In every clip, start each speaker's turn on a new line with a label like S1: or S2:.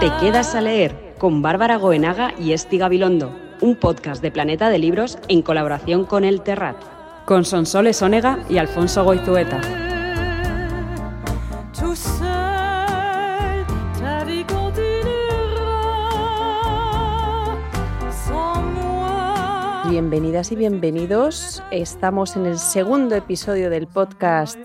S1: Te quedas a leer con Bárbara Goenaga y Esti Gabilondo, un podcast de Planeta de Libros en colaboración con El Terrat, con Sonsoles Onega y Alfonso Goizueta.
S2: Bienvenidas y bienvenidos. Estamos en el segundo episodio del podcast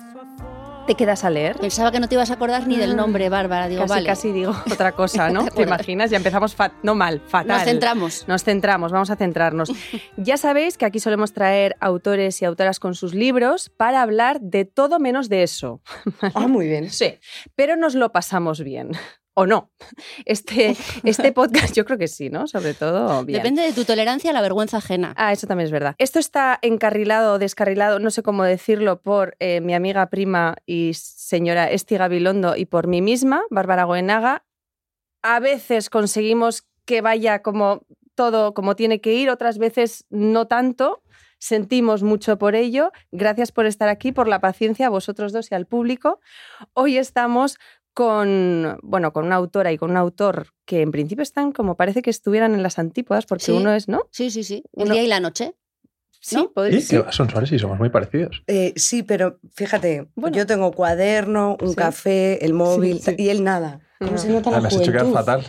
S2: ¿Te quedas a leer?
S3: Pensaba que no te ibas a acordar ni del nombre, Bárbara. Digo,
S2: Mm, casi,
S3: vale.
S2: casi digo otra cosa, ¿no? ¿Te, imaginas? Ya empezamos fat no mal, fatal.
S3: Nos centramos.
S2: Nos centramos, vamos a centrarnos. ya sabéis que aquí solemos traer autores y autoras con sus libros para hablar de todo menos de eso.
S4: Ah, muy bien.
S2: sí, pero nos lo pasamos bien. ¿O no? Este, este podcast yo creo que sí, ¿no? Sobre todo bien.
S3: Depende de tu tolerancia a la vergüenza ajena.
S2: Ah, eso también es verdad. Esto está encarrilado o descarrilado, no sé cómo decirlo, por eh, mi amiga prima y señora Esti Gabilondo y por mí misma, Bárbara Goenaga. A veces conseguimos que vaya como todo como tiene que ir, otras veces no tanto. Sentimos mucho por ello. Gracias por estar aquí, por la paciencia a vosotros dos y al público. Hoy estamos con, bueno, con una autora y con un autor que en principio están como parece que estuvieran en las antípodas, porque
S3: Sí.
S2: uno es, ¿no?
S3: Sí, sí, sí. El
S2: Uno-
S3: día y la noche.
S2: Sí,
S3: ¿No?
S2: podría-
S5: Sí,
S2: sí.
S5: que son suaves y somos muy parecidos.
S4: Eh, sí, pero fíjate,
S2: Bueno.
S4: yo tengo cuaderno, un
S2: Sí.
S4: café, el móvil
S2: Sí, sí.
S4: y él nada. ¿Cómo
S2: No.
S4: se nota
S5: Ah,
S4: la
S5: me has hecho quedar
S4: juventud?
S5: fatal.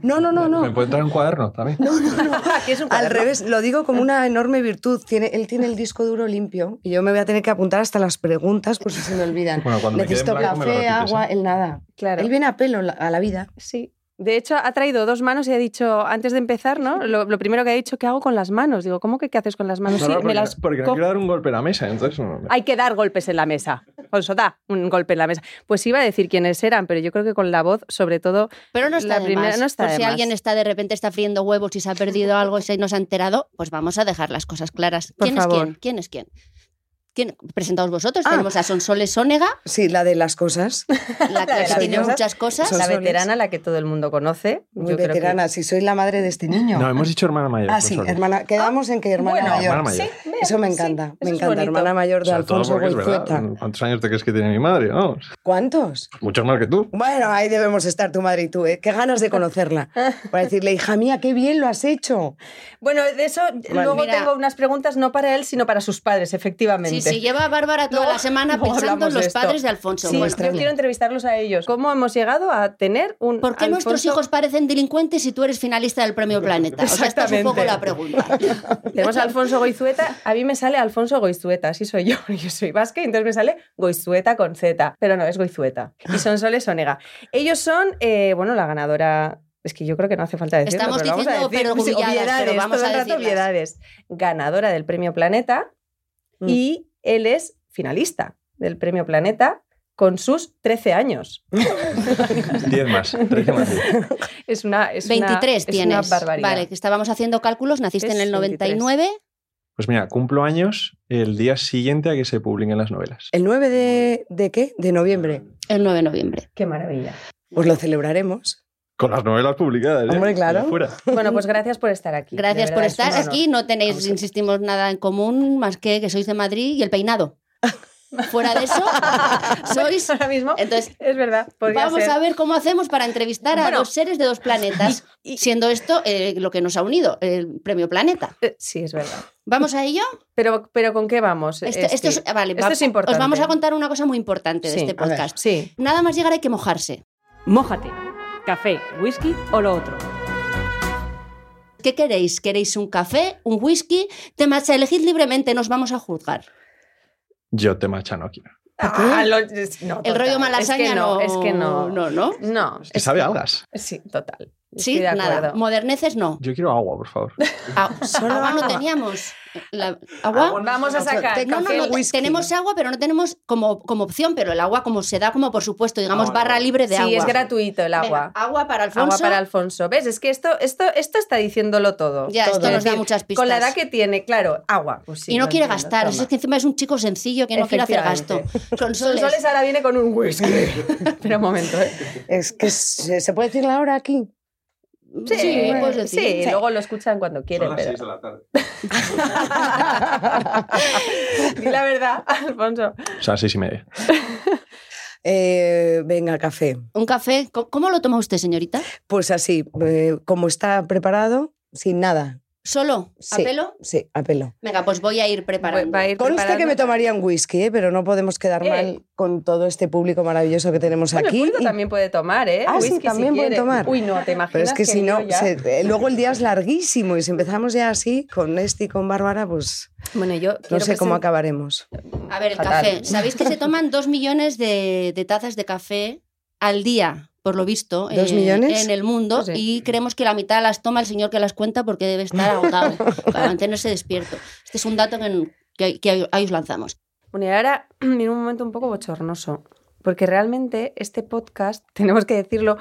S4: No, no, no, no.
S5: ¿Me puede entrar un cuaderno también?
S4: No, no, no.
S2: Aquí es un
S4: Al
S2: cuaderno.
S4: revés, lo digo
S2: Ah.
S4: como una enorme virtud. Tiene, él tiene el disco duro limpio y yo me voy a tener que apuntar hasta las preguntas por si se me olvidan.
S5: Bueno, cuando me quede en
S4: Necesito
S5: blanco me lo
S4: café,
S5: repites,
S4: agua,
S5: ¿eh?
S4: él nada.
S2: Claro.
S4: Él viene a pelo la- a la vida.
S2: Sí. De hecho, ha traído dos manos y ha dicho, antes de empezar, ¿no? Lo, lo primero que ha dicho, ¿qué hago con las manos? Digo, ¿cómo que qué haces con las manos?
S5: No,
S2: Sí,
S5: no,
S2: me
S5: porque,
S2: las
S5: porque no
S2: cojo.
S5: quiero dar un golpe en la mesa, entonces no,
S2: Hay que dar golpes en la mesa. Conso, da un golpe en la mesa. Pues iba a decir quiénes eran, pero yo creo que con la voz, sobre todo,
S3: Pero no está
S2: La
S3: de
S2: primera
S3: más.
S2: no está
S3: por
S2: de
S3: si
S2: más.
S3: alguien está de repente está friendo huevos y se ha perdido algo y se nos ha enterado, pues vamos a dejar las cosas claras.
S2: Por
S3: ¿Quién
S2: favor.
S3: es quién? ¿Quién es quién? ¿Quién? Presentaos vosotros.
S4: Ah.
S3: Tenemos a Sonsoles Onega,
S4: Sí, la de las cosas.
S3: la que
S4: las
S3: tiene
S4: cosas.
S3: muchas cosas.
S4: Son-
S2: la
S4: Sonsoles.
S2: veterana, la que todo el mundo conoce.
S4: Muy
S2: yo creo que-
S4: veterana, si soy la madre de este niño.
S5: No, hemos dicho hermana mayor. pues
S4: ah,
S5: por
S4: sí,
S5: suerte.
S4: hermana. Quedamos en que hermana
S2: bueno,
S4: mayor.
S5: hermana mayor.
S2: Sí, mira,
S4: Eso me
S2: sí,
S4: encanta,
S2: eso
S4: me
S2: es
S4: encanta.
S2: bonito.
S4: Hermana mayor de
S5: Sobre todo
S4: Alfonso
S5: porque es verdad.
S4: Goizueta.
S5: ¿Cuántos años te crees que tiene mi madre? Vamos,
S4: ¿Cuántos?
S5: muchos más que tú.
S4: Bueno, ahí debemos estar tu madre y tú, ¿eh? Qué ganas de conocerla. Para decirle, hija mía, qué bien lo has hecho.
S2: Bueno, de eso luego
S3: Mira.
S2: tengo unas preguntas no para él, sino para sus padres, efectivamente.
S3: Sí, sí, lleva a Bárbara toda
S2: Luego-
S3: la semana
S2: luego
S3: pensando
S2: hablamos
S3: en
S2: de
S3: los
S2: esto.
S3: padres de Alfonso.
S4: Sí,
S3: Bueno,
S4: es extraña.
S2: yo quiero entrevistarlos a ellos. ¿Cómo hemos llegado a tener un
S3: ¿Por qué nuestros
S2: Alfonso-
S3: hijos parecen delincuentes si tú eres finalista del Premio Planeta? O sea, esta es un poco
S2: Exactamente.
S3: la pregunta.
S2: Tenemos a Alfonso Goizueta. A mí me sale Alfonso Goizueta, así soy yo. Yo soy vasca y entonces me sale Goizueta con Z. Pero no, es Goizueta. Y son Soles Onega. Ellos son, eh, bueno, la ganadora. Es que yo creo que no hace falta decirlo.
S3: Estamos
S2: pero lo vamos a
S3: diciendo,
S2: decir.
S3: pero
S2: Sí,
S3: grulladas,
S2: obviedades,
S3: pero vamos
S2: todo
S3: a
S2: el rato
S3: decirlas.
S2: obviedades. Ganadora del premio Planeta
S4: Mm.
S2: y él es finalista del premio Planeta con sus 13 años.
S5: Diez más, trece más. diez.
S2: Es una. Es una-
S3: 23
S2: es
S3: tienes.
S2: una barbaridad.
S3: Vale, que estábamos haciendo cálculos, naciste en
S2: Es
S3: el 99.
S5: Pues mira, cumplo años el día siguiente a que se publiquen las novelas.
S4: ¿El 9 de, de qué? De noviembre.
S3: El 9 de noviembre.
S2: Qué maravilla.
S4: Pues lo celebraremos.
S5: Con las novelas publicadas. ¿eh?
S4: Hombre, claro.
S5: Ya Fuera.
S2: Bueno, pues gracias por estar aquí.
S3: Gracias
S2: De
S3: por
S2: verdad, es
S3: estar
S2: un honor.
S3: aquí. No tenéis,
S2: Vamos a-
S3: insistimos, nada en común más que que sois de Madrid y el peinado. Fuera de eso, sois.
S2: ahora mismo.
S3: Entonces,
S2: Es verdad. podría
S3: vamos
S2: ser.
S3: a ver cómo hacemos para entrevistar a
S2: Bueno.
S3: dos seres de dos planetas,
S2: Y- y-
S3: siendo esto eh, lo que nos ha unido, el premio Planeta.
S2: Eh, Sí, es verdad.
S3: ¿Vamos a ello?
S2: Pero, pero ¿con qué vamos?
S3: Esto,
S2: Esti?
S3: esto es, vale,
S2: Esto
S3: va-
S2: es importante.
S3: Os vamos a contar una cosa muy importante de
S2: Sí,
S3: este
S4: a ver.
S3: podcast.
S2: Sí.
S3: Nada más llegar hay que mojarse.
S1: Mójate. Café, whisky o lo otro.
S3: ¿Qué queréis? ¿Queréis un café, un whisky? Temas, elegid libremente, nos vamos a juzgar.
S5: Yo te macha no quiero.
S2: Ah, lo- es- no,
S3: El
S2: total.
S3: rollo malasaña
S2: es que no,
S3: no,
S2: Es que no.
S3: No, no.
S2: No.
S5: Es que sabe a algas.
S2: Sí, total. Estoy
S3: Sí,
S2: de
S3: nada.
S2: acuerdo.
S3: Moderneces no.
S5: Yo quiero agua, por favor.
S3: Ah, agua no
S4: agua.
S3: teníamos. La- ¿Agua?
S2: Vamos a sacar.
S4: Te-
S3: No, no,
S4: café,
S3: no, te-
S4: whisky.
S3: tenemos agua, pero no tenemos como, como opción, pero el agua como se da como por supuesto, digamos,
S5: Ah,
S3: barra
S5: vale.
S3: libre de
S2: sí,
S3: agua.
S2: es gratuito el
S3: Venga,
S2: agua.
S3: agua para Alfonso.
S2: Agua para Alfonso. ¿Ves? Es que esto, esto, esto está diciéndolo todo.
S3: Ya, esto
S2: Todo.
S3: nos
S2: Es
S3: da
S2: decir,
S3: muchas pistas.
S2: Con la edad que tiene, claro, agua. Pues sí,
S3: y no
S2: lo
S3: quiere
S2: entiendo,
S3: gastar.
S2: toma.
S3: Es que encima es un chico sencillo que no quiere hacer gasto. Con soles.
S2: Sonsoles ahora viene con un whisky. Espera un momento, ¿eh?
S4: Es que se, se puede decir la hora aquí.
S3: Sí,
S4: pues
S3: pues
S2: bueno,
S3: puedes
S2: sí,
S3: decir. Sí.
S2: luego lo escuchan cuando quieren. pero-
S5: de la tarde.
S2: Di la verdad, Alfonso.
S5: O sea, seis y media.
S4: eh, venga, café.
S3: Un café, ¿cómo- ¿cómo lo toma usted, señorita?
S4: Pues así, eh, como está preparado, sin nada.
S3: ¿Solo?
S4: Sí.
S3: ¿A pelo?
S4: Sí, a pelo.
S3: Venga, pues voy a ir preparando.
S2: Va a ir
S4: Consta que
S2: preparando.
S4: me tomaría un whisky, ¿eh? pero no podemos quedar
S2: Eh.
S4: mal con todo este público maravilloso que tenemos
S2: Bueno, el
S4: aquí.
S2: público
S4: y-
S2: también puede tomar, ¿eh?
S4: Ah, sí,
S2: Whisky, si
S4: también pueden
S2: quiere.
S4: tomar.
S2: Uy, no, te imaginas.
S4: Pero es que si no,
S2: yo ya-
S4: se- eh, luego el día es larguísimo y si empezamos ya así, con este y con Bárbara, pues
S2: Bueno, yo
S4: no
S2: quiero
S4: sé cómo
S2: presen-
S4: acabaremos.
S3: A ver, el
S2: Fatal.
S3: café. Sabéis que se toman dos millones de, de tazas de café al día, por lo visto, eh,
S4: ¿Dos millones?
S3: en el mundo.
S2: No sé.
S3: Y creemos que la mitad las toma el señor que las cuenta porque debe estar agotado para mantenerse despierto. Este es un dato que, que- que ahí os lanzamos.
S2: Bueno, y ahora viene un momento un poco bochornoso, porque realmente este podcast, tenemos que decirlo,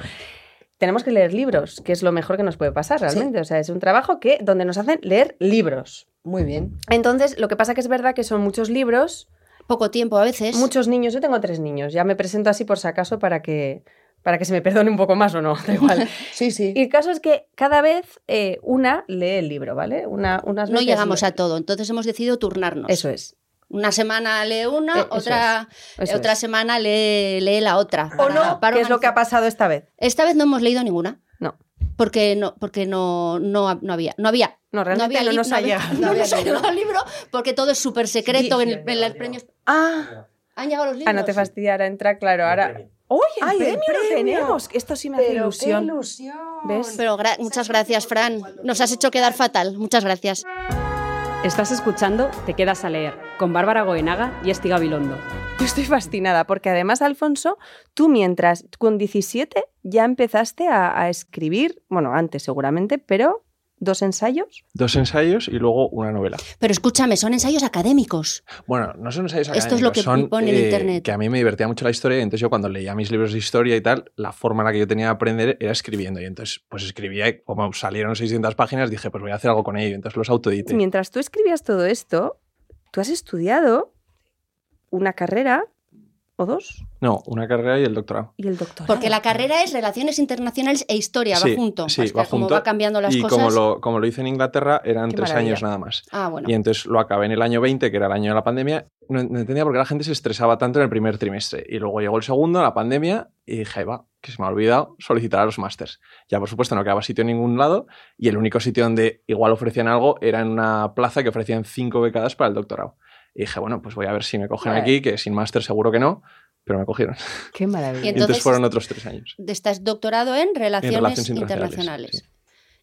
S2: tenemos que leer libros, que es lo mejor que nos puede pasar realmente. O sea, es un trabajo que donde nos hacen leer libros.
S4: Muy bien.
S2: Entonces, lo que pasa que es verdad que son muchos libros,
S3: Poco tiempo a veces.
S2: muchos niños. Yo tengo tres niños, ya me presento así por si acaso para que, para que se me perdone un poco más o no, da igual.
S4: Sí, sí.
S2: Y el caso es que cada vez eh, una lee el libro, ¿vale? Una, unas
S3: No
S2: veces-
S3: llegamos a todo, entonces hemos decidido turnarnos.
S2: Eso es.
S3: Una semana lee
S2: Eh,
S3: una,
S2: eso
S3: otra,
S2: eso
S3: otra
S2: es.
S3: semana lee, lee la otra.
S2: O
S3: Para-
S2: no,
S3: Eh, para
S2: que es lo que ha
S3: organizar.
S2: pasado esta vez.
S3: Esta vez no hemos leído ninguna.
S2: No.
S3: Porque no, porque no, no, ha- no había. No había.
S2: No, realmente no,
S3: había li-
S2: nos ha
S3: había-
S2: llegado.
S3: No
S4: había
S3: nos ha
S4: libro.
S3: llegado el libro porque todo es súper secreto en, el- en los premios.
S2: Ah,
S3: ¿Han llegado los libros?
S2: ah, no te fastidiar a entrar, claro, ahora. ¡Uy, el
S4: Ay, el
S2: premio lo
S4: premio.
S2: tenemos! Esto sí me hace ilusión. ¿Ves?
S3: Pero gra- muchas gracias, Fran. Nos has hecho quedar fatal. Muchas gracias.
S1: Estás escuchando Te quedas a leer con Bárbara Goenaga y Esti Gabilondo.
S2: Yo estoy fascinada porque además, Alfonso, tú mientras, con 17, ya empezaste a, a escribir, bueno, antes seguramente, pero dos ensayos.
S5: Dos ensayos y luego una novela.
S3: Pero escúchame, son ensayos académicos.
S5: Bueno, no son ensayos
S3: Esto es
S5: académicos,
S3: lo que
S5: son,
S3: pone en
S5: eh,
S3: Internet.
S5: Que a mí me divertía mucho la historia, y entonces yo cuando leía mis libros de historia y tal, la forma en la que yo tenía de aprender era escribiendo. Y entonces, pues escribía, y como salieron 600 páginas, dije, pues voy a hacer algo con ello. Y entonces los autoedité.
S2: Mientras tú escribías todo esto, tú has estudiado una carrera o dos
S5: No, una carrera y el doctorado.
S2: y el doctorado.
S3: Porque la carrera es Relaciones Internacionales e Historia.
S5: Sí,
S3: va junto.
S5: sí,
S3: Es que
S5: va
S3: como
S5: junto.
S3: va cambiando las
S5: y
S3: cosas.
S5: como lo, como lo hice en Inglaterra, eran
S2: Qué
S5: tres
S2: maravilla.
S5: años nada más.
S3: Ah, bueno.
S5: Y entonces lo acabé en el año 20, que era el año de la pandemia. No, no entendía por qué la gente se estresaba tanto en el primer trimestre. Y luego llegó el segundo, la pandemia, y dije, "Ahí va, que se me ha olvidado solicitar a los másters. Ya, por supuesto, no quedaba sitio en ningún lado. Y el único sitio donde igual ofrecían algo era en una plaza que ofrecían cinco becadas para el doctorado. Y dije, bueno, pues voy a ver si me cogen
S2: Bueno.
S5: aquí, que sin máster seguro que no, pero me cogieron. Y
S2: Qué maravilla.
S3: Y
S5: entonces,
S3: Entonces-
S5: fueron otros tres años.
S3: Estás doctorado en Relaciones,
S5: relaciones
S3: Internacionales.
S5: internacionales,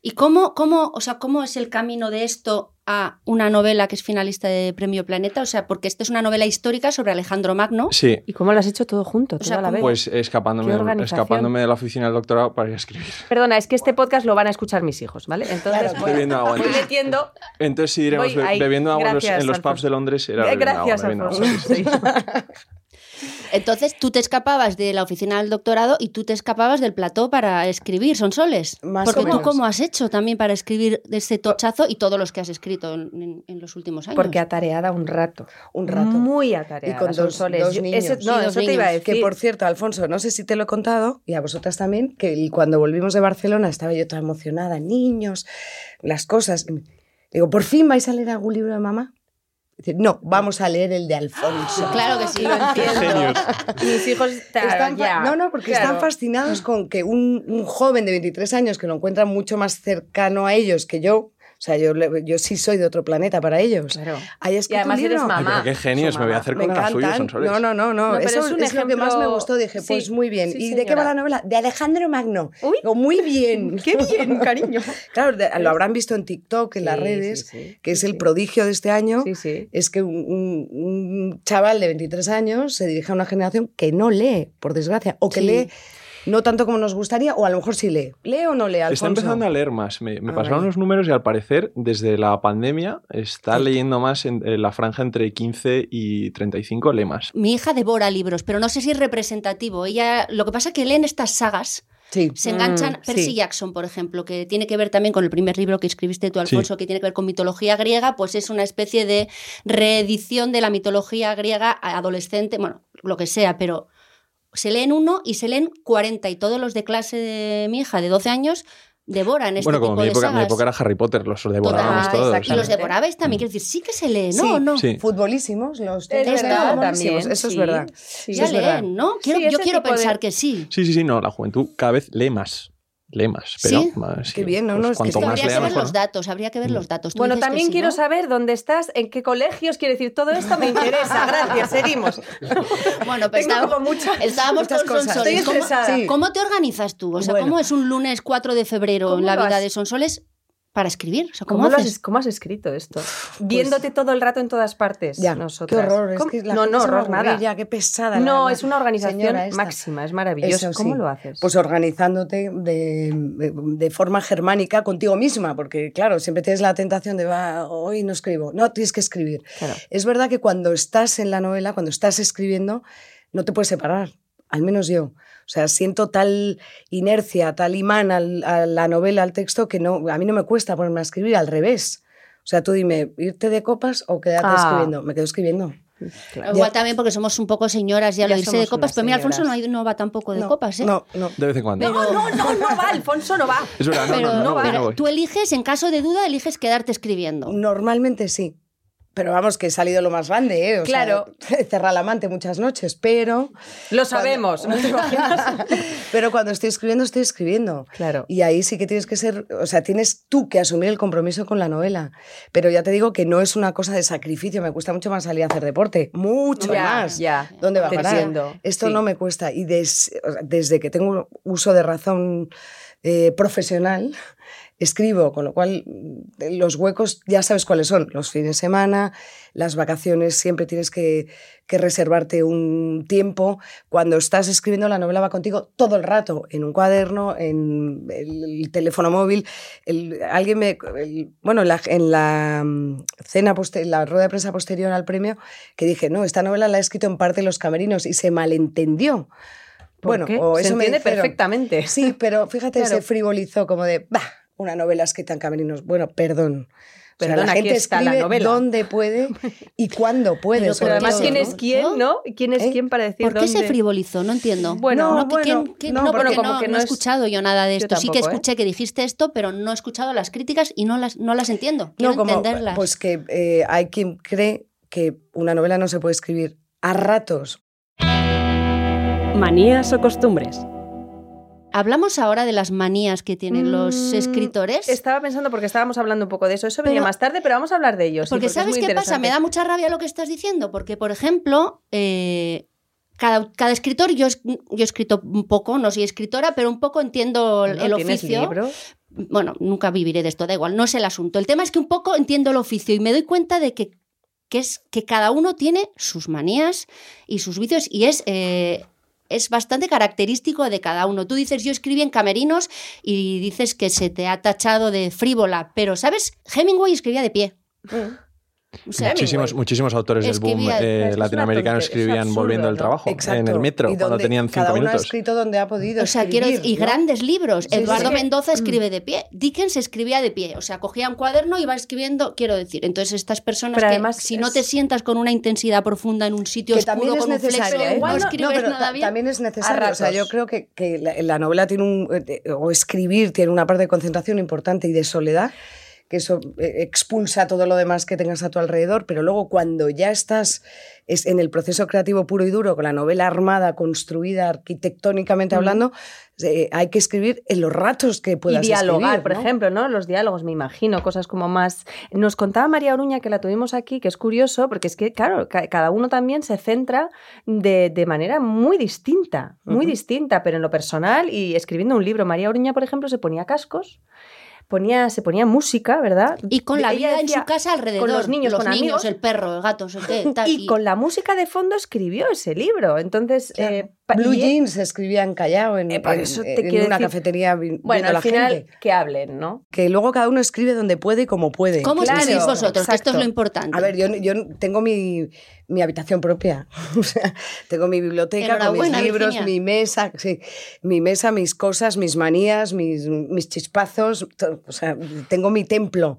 S3: ¿Y cómo, cómo, o sea, cómo es el camino de esto a una novela que es finalista de Premio Planeta? O sea, porque esto es una novela histórica sobre Alejandro Magno.
S5: Sí,
S2: ¿Y cómo lo has hecho todo junto,
S3: sea,
S2: toda la
S3: ¿cómo-
S2: vez?
S5: pues
S2: Qué
S5: escapándome,
S2: organización.
S5: escapándome de la oficina del doctorado para ir a escribir.
S2: Perdona, es que este podcast lo van a escuchar mis hijos, ¿vale? Entonces,
S5: Estoy
S2: voy,
S5: bebiendo agua,
S2: voy
S5: entonces.
S2: metiendo.
S5: Entonces, si iremos
S2: Voy
S5: be-
S2: ahí.
S5: bebiendo agua en los-
S2: Gracias,
S5: en los pubs
S2: Alfonso.
S5: de Londres, era
S2: Eh,
S5: bebiendo agua,
S2: Gracias,
S5: bebiendo agua.
S2: Alfonso. Sí.
S3: Entonces tú te escapabas de la oficina del doctorado y tú te escapabas del plató para escribir, son soles.
S4: Más
S3: porque
S4: o
S3: tú
S4: menos.
S3: cómo has hecho también para escribir de ese tochazo y todos los que has escrito en, en- en los últimos años.
S2: Porque atareada un rato.
S4: Un rato.
S2: Muy atareada.
S4: Y con
S2: son
S4: dos-
S2: soles.
S4: dos
S2: Yo-
S4: niños.
S2: eso- no,
S3: Sí, dos
S2: eso te iba a
S3: niños.
S2: decir.
S4: Que por cierto, Alfonso, no sé si te lo he contado, y a vosotras también, que el- cuando volvimos de Barcelona estaba yo toda emocionada, niños, las cosas. Y me- Digo, ¿por fin vais a leer algún libro de mamá? Dice, no, vamos a leer el de Alfonso.
S2: ¡Ah!
S3: Claro que sí.
S5: Genios.
S2: Mis hijos claro,
S4: Están fa-
S2: ya,
S4: no, no, porque
S2: claro.
S4: están fascinados con que un, un joven de 23 años que lo encuentra mucho más cercano a ellos que yo, o sea, yo, le- yo sí soy de otro planeta para ellos.
S2: Claro.
S4: Ahí es
S2: Y además eres mamá.
S5: Ay, pero qué
S2: su
S5: genios, me voy a
S2: mamá.
S5: hacer
S4: Me
S5: con la suya,
S4: encantan.
S5: son soles.
S4: No, no, no, no.
S2: No, pero
S4: Eso es,
S2: es un
S4: lo que más me
S2: ejemplo-
S4: gustó. Dije,
S2: Sí,
S4: pues muy bien.
S2: sí,
S4: ¿Y de qué va
S2: señora.
S4: la novela? De Alejandro Magno.
S2: Uy.
S4: Digo, muy bien.
S2: Qué bien, cariño.
S4: Claro, de- lo habrán visto en TikTok, en las
S2: Sí,
S4: redes,
S2: sí, sí,
S4: que es
S2: sí,
S4: el
S2: sí.
S4: prodigio de este año.
S2: Sí, sí.
S4: Es que un, un- un chaval de 23 años se dirige a una generación que no lee, por desgracia, o que
S3: Sí.
S4: lee no tanto como nos gustaría, o a lo mejor sí lee. ¿Lee o no lee, Alfonso?
S5: Está empezando a leer más. Me, me
S4: Ah,
S5: pasaron
S4: vale.
S5: unos números y al parecer, desde la pandemia, está
S4: Cierto.
S5: leyendo más en, en la franja entre 15 y 35 lemas.
S3: Mi hija devora libros, pero no sé si es representativo. Ella, lo que pasa es que leen estas sagas
S4: Sí.
S3: Se enganchan
S2: Mm,
S3: Percy
S2: sí.
S3: Jackson, por ejemplo, que tiene que ver también con el primer libro que escribiste tú,
S5: Sí.
S3: Alfonso, que tiene que ver con mitología griega, pues es una especie de reedición de la mitología griega a- adolescente, bueno, lo que sea, pero se leen uno y se leen 40 y todos los de clase de mi hija de 12 años devoran este
S5: bueno, como
S3: tipo
S5: mi
S3: de
S5: época, mi
S3: sagas.
S5: época era Harry Potter, los devorábamos
S4: Ah,
S5: todos.
S4: exacto.
S3: Y los
S4: de-
S3: devorabais también, quiero decir, sí que se lee, ¿no?
S4: Sí,
S3: no.
S5: Sí.
S4: Futbolísimos, los
S2: Es
S4: tíos
S3: verdad,
S4: eran futbolísimos,
S2: también,
S4: Eso
S2: sí.
S4: es verdad.
S2: Sí.
S3: ya
S4: es verdad.
S3: leen, ¿no? Quiero-
S2: Sí,
S3: yo
S2: ese
S3: quiero
S2: tipo de-
S3: pensar que sí.
S5: Sí, sí, sí, no, la juventud cada vez lee más. Lee más, pero
S3: ¿Sí?
S5: más, Pues
S4: Qué bien, no, no, es que
S5: cuanto
S3: Es que
S5: más
S3: habría que
S5: lea,
S3: ver
S5: mejor.
S3: los datos, habría que ver los datos. Tú
S2: Bueno,
S3: dices que
S2: también
S3: sí,
S2: quiero
S3: ¿no?
S2: saber dónde estás, en qué colegios, quiero decir, todo esto me interesa. Gracias, seguimos.
S3: Bueno, pues
S2: Tengo
S3: estábamos,
S2: como muchas-
S3: estábamos
S4: muchas
S3: con
S4: cosas.
S3: Sonsoles.
S2: Estoy estresada.
S3: ¿Cómo,
S4: Sí.
S3: cómo te organizas tú? O sea,
S4: Bueno.
S3: ¿cómo es un lunes 4 de febrero
S2: ¿Cómo
S3: en la
S2: lo
S3: vida
S2: has-
S3: de Sonsoles para escribir? O sea, ¿cómo,
S2: ¿Cómo, lo
S3: haces?
S2: has, cómo has escrito esto? Viéndote todo el rato en todas partes.
S4: Pues Ya,
S2: nosotras.
S4: qué horror. Es
S2: ¿Cómo?
S4: que la
S2: no,
S4: gente
S2: no,
S4: se va a
S2: horror,
S4: aburrir
S2: nada.
S4: ya, qué pesada. la
S2: no,
S4: dama-
S2: es una organización
S4: señora esta.
S2: máxima, es maravilloso.
S4: Eso
S2: ¿Cómo
S4: sí.
S2: lo haces?
S4: Pues organizándote de, de forma germánica contigo misma, porque claro, siempre tienes la tentación de, va, hoy no escribo. No, tienes que escribir.
S2: Claro.
S4: Es verdad que cuando estás en la novela, cuando estás escribiendo, no te puedes separar, al menos yo. O sea, siento tal inercia, tal imán al- a la novela, al texto, que no, a mí no me cuesta ponerme a escribir, al revés. O sea, tú dime, ¿irte de copas o quedarte
S2: Ah.
S4: escribiendo? Me quedo escribiendo.
S2: Claro.
S3: Igual
S4: Ya-
S3: también porque somos un poco señoras ya,
S2: Ya
S3: lo irse de
S2: somos
S3: copas,
S2: unas
S3: pero mira, Alfonso no,
S2: señoras.
S3: hay- no va tampoco de
S4: No,
S3: copas, ¿eh?
S4: No, no.
S5: De vez en cuando.
S3: Pero-
S2: No, no, no va, Alfonso no va.
S5: Es verdad, no,
S3: Pero,
S5: no, no, voy,
S3: pero
S5: no voy.
S3: tú eliges, en caso de duda, eliges quedarte escribiendo.
S4: Normalmente sí. Pero vamos, que he salido lo más grande, ¿eh? O sea,
S2: Claro.
S4: cerrar la amante muchas noches, pero.
S2: Lo sabemos. ¿no te imaginas?
S4: pero cuando estoy escribiendo, estoy escribiendo.
S2: Claro.
S4: Y ahí sí que tienes que ser. O sea, tienes tú que asumir el compromiso con la novela. Pero ya te digo que no es una cosa de sacrificio. Me cuesta mucho más salir a hacer deporte. Mucho
S2: Ya,
S4: más.
S2: ya.
S4: ¿Dónde va a
S2: Te
S4: parar?
S2: entiendo,
S4: Esto
S2: sí.
S4: no me cuesta. Y des- o sea, desde que tengo uso de razón eh, profesional, escribo, con lo cual mm, los huecos ya sabes cuáles son. Los fines de semana, las vacaciones, siempre tienes que, que reservarte un tiempo. Cuando estás escribiendo, la novela va contigo todo el rato, en un cuaderno, en el, el teléfono móvil. El- alguien me. el- bueno, en la, en la mm, cena, poste- en la rueda de prensa posterior al premio, que dije, no, esta novela la he escrito en parte en los camerinos y se malentendió.
S2: ¿Por
S4: Bueno,
S2: qué?
S4: o
S2: se
S4: eso me
S2: entiende
S4: dijeron.
S2: perfectamente.
S4: Sí, pero fíjate,
S2: Claro.
S4: se frivolizó como de, bah, una novela escrita en camerinos. Bueno, perdón. O sea,
S2: Perdón,
S4: la
S2: aquí
S4: gente
S2: está la
S4: escribe
S2: novela.
S4: dónde puede y cuándo puede.
S3: Pero
S4: sobre
S2: Pero además,
S4: todo,
S2: ¿quién
S4: ¿no?
S2: es quién, no? ¿Quién es
S4: ¿Eh?
S2: quién para decir
S3: ¿Por qué se
S2: dónde?
S3: frivolizó? No entiendo.
S2: Bueno,
S3: no,
S4: no,
S3: que- que-
S4: bueno,
S3: que-
S4: no,
S3: no,
S4: bueno,
S3: porque
S2: como
S3: no,
S2: que
S3: no he
S2: no es-
S3: escuchado yo nada de
S2: Yo
S3: esto. sí que
S2: tampoco, ¿eh?
S3: escuché que dijiste esto, pero no he escuchado las críticas y no las, no las entiendo. Quiero
S4: no, como,
S3: entenderlas.
S4: Pues que eh, hay quien cree que una novela no se puede escribir a ratos.
S1: Manías o costumbres.
S3: Hablamos ahora de las manías que tienen los
S2: Mm,
S3: escritores.
S2: Estaba pensando porque estábamos hablando un poco de eso. Eso venía
S3: Pero-
S2: más tarde, pero vamos a hablar de ellos.
S3: Porque ¿sabes qué pasa? Me da mucha rabia lo que estás diciendo, porque, por ejemplo, eh, cada, cada escritor, yo, es- yo he escrito un poco, no soy escritora, pero un poco entiendo el, el oficio. Bueno, nunca viviré de esto, da igual, no es el asunto. El tema es que un poco entiendo el oficio y me doy cuenta de que, que es, que cada uno tiene sus manías y sus vicios y es... eh, es bastante característico de cada uno. Tú dices, yo escribí en camerinos y dices que se te ha tachado de frívola, pero, ¿sabes? Hemingway escribía de pie.
S2: Mm.
S3: O sea,
S5: Muchísimos, muchísimos autores del boom
S3: Escribía-
S5: eh,
S2: es una tontería,
S5: latinoamericano
S2: es
S5: escribían
S2: absurdo,
S5: volviendo del
S2: ¿no?
S5: trabajo,
S4: Exacto.
S5: en el metro,
S4: Y
S5: cuando
S4: donde
S5: tenían
S4: cada
S5: cinco
S4: uno ha
S5: minutos.
S4: escrito donde ha podido.
S3: O sea, quiero
S4: escribir,
S3: y
S4: ¿no?
S3: grandes libros.
S4: sí,
S3: Eduardo
S4: sí. Mm.
S3: Mendoza escribe de pie, Dickens escribía de pie, o sea, cogía un cuaderno y va escribiendo, quiero decir, entonces estas personas
S2: Pero
S3: que
S2: además
S3: si no
S2: es-
S3: te sientas con una intensidad profunda en un sitio
S4: que
S3: oscuro
S4: también es
S3: con un
S4: necesario.
S3: flexo,
S4: ¿eh?
S3: no,
S2: Igual no-
S3: escribes
S4: pero
S3: nada
S4: ta-
S3: bien.
S4: también es necesario.
S2: A
S4: O sea, yo
S2: ratos.
S4: creo que, que la, la novela tiene un. eh, o escribir tiene una parte de concentración importante y de soledad, que eso eh, expulsa todo lo demás que tengas a tu alrededor, pero luego cuando ya estás es en el proceso creativo puro y duro, con la novela armada, construida arquitectónicamente hablando, eh, hay que escribir en los ratos que
S2: Y
S4: puedas
S2: dialogar,
S4: escribir,
S2: por
S4: ¿no?
S2: ejemplo, ¿no? Los diálogos, me imagino, cosas como más. Nos contaba María Oruña, que la tuvimos aquí, que es curioso, porque es que, claro, ca- cada uno también se centra de, de manera muy distinta, muy
S4: Ujú.
S2: distinta, pero en lo personal y escribiendo un libro. María Oruña, por ejemplo, se ponía cascos, ponía, se ponía música, ¿verdad?
S3: Y con la
S2: Ella
S3: vida en
S2: decía,
S3: su casa alrededor,
S2: con los niños, con
S3: niños,
S2: amigos.
S3: el perro, el gato, no sé qué, tal,
S2: Y con la música de fondo escribió ese libro. Entonces,
S4: Claro.
S2: eh, pa-
S4: Blue
S2: y-
S4: Jeans se escribía en Callao, en,
S2: Eh, por
S4: en-
S2: eso te
S4: en una
S2: quiero decir-
S4: cafetería vi- viendo
S2: bueno,
S4: a
S2: al
S4: la
S2: final
S4: gente.
S2: que hablen, ¿no?
S4: Que luego cada uno escribe donde puede y como puede.
S3: ¿Cómo
S2: Claro,
S3: escribís vosotros? Que esto
S2: exacto.
S3: es lo importante.
S4: A ver, yo, yo tengo mi, mi habitación propia. O sea, tengo mi biblioteca con mis
S3: Enhorabuena,
S4: libros,
S3: Virginia.
S4: mi mesa, sí, mi mesa, mis cosas, mis manías, mis, mis chispazos. to- O sea, tengo mi templo.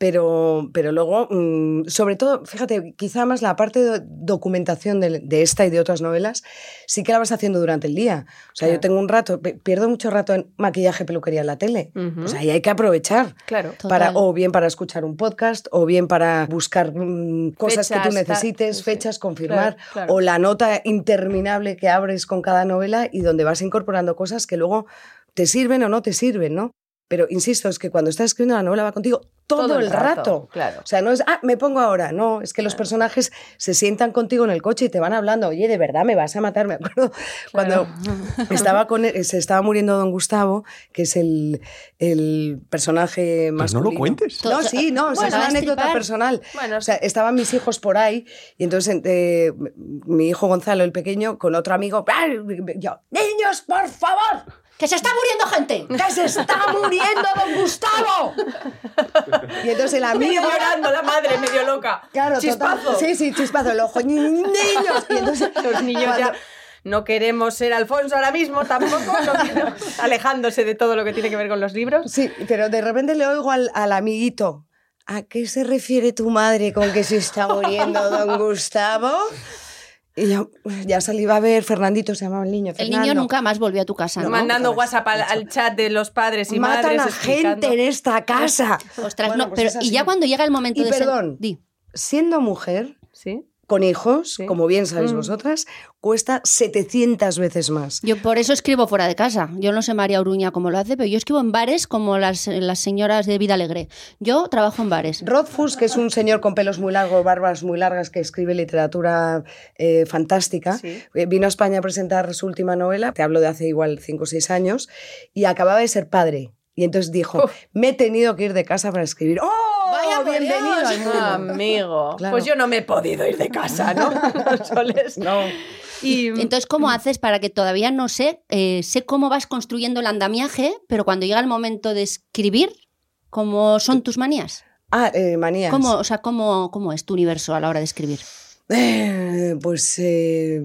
S4: Pero, pero luego, mm, sobre todo, fíjate, quizá más la parte de documentación de, de, esta y de otras novelas, sí que la vas haciendo durante el día. O sea, claro. yo tengo un rato, pierdo mucho rato en maquillaje, peluquería en la tele. Uh -huh. O sea, ahí hay que aprovechar.
S2: Claro.
S4: Para, Total. o bien para escuchar un podcast, o bien para buscar mm, cosas fechas, que tú necesites, fechas, confirmar, claro, claro. o la nota interminable que abres con cada novela y donde vas incorporando cosas que luego te sirven o no te sirven, ¿no? Pero insisto, es que cuando estás escribiendo la novela va contigo todo, todo el, el rato, rato.
S2: Claro.
S4: O sea, no es, ah, me pongo ahora. No, es que claro. los personajes se sientan contigo en el coche y te van hablando, oye, de verdad me vas a matar. Me acuerdo claro. cuando estaba con él, se estaba muriendo don Gustavo, que es el, el personaje más. Pues
S5: no lo cuentes.
S4: No, sí, no, bueno, o sea, es una anécdota personal. Bueno, o sea, estaban mis hijos por ahí y entonces eh, mi hijo Gonzalo, el pequeño, con otro amigo, yo, niños, por favor.
S3: ¡Que se está muriendo gente!
S4: ¡Que se está muriendo don Gustavo! y entonces el amigo...
S2: llorando la madre, medio loca.
S4: Claro,
S2: chispazo.
S4: Total, sí, sí, chispazo, el ojo. ¡Niños! Y entonces
S2: los niños cuando... ya... No queremos ser Alfonso ahora mismo tampoco, no, alejándose de todo lo que tiene que ver con los libros.
S4: Sí, pero de repente le oigo al, al amiguito. ¿A qué se refiere tu madre con que se está muriendo don Gustavo? Y yo, ya salí, va a ver, Fernandito se llamaba el niño. Fernando.
S3: El niño nunca más volvió a tu casa. ¿no?
S2: Mandando WhatsApp al, al, chat de los padres y
S4: Matan
S2: madres.
S4: a explicando. gente ¿eh? en esta casa.
S3: Ostras, bueno, no, pues pero y ya cuando llega el momento
S4: y
S3: de
S4: perdón,
S3: ser... Di.
S4: siendo mujer,
S2: ¿Sí?
S4: con hijos, sí. como bien sabéis mm. vosotras, cuesta 700 veces más.
S3: Yo por eso escribo fuera de casa. Yo no sé María Uruña cómo lo hace, pero yo escribo en bares como las, las señoras de Vida Alegre. Yo trabajo en bares.
S4: Rodfus, que es un señor con pelos muy largos, barbas muy largas, que escribe literatura eh, fantástica, sí. vino a España a presentar su última novela, te hablo de hace igual 5 o 6 años, y acababa de ser padre. Y entonces dijo, Uf. me he tenido que ir de casa para escribir. ¡Oh!
S2: Vaya Ah, bienvenido al mundo. Amigo. Claro. Pues yo no me he podido ir de casa, ¿no? Soles.
S4: No.
S3: Y... Entonces, ¿cómo haces para que todavía no sé? Eh, sé cómo vas construyendo el andamiaje, pero cuando llega el momento de escribir, ¿cómo son tus manías?
S4: Ah, eh, manías.
S3: ¿Cómo, o sea, ¿cómo, ¿cómo es tu universo a la hora de escribir?
S4: Eh, pues eh,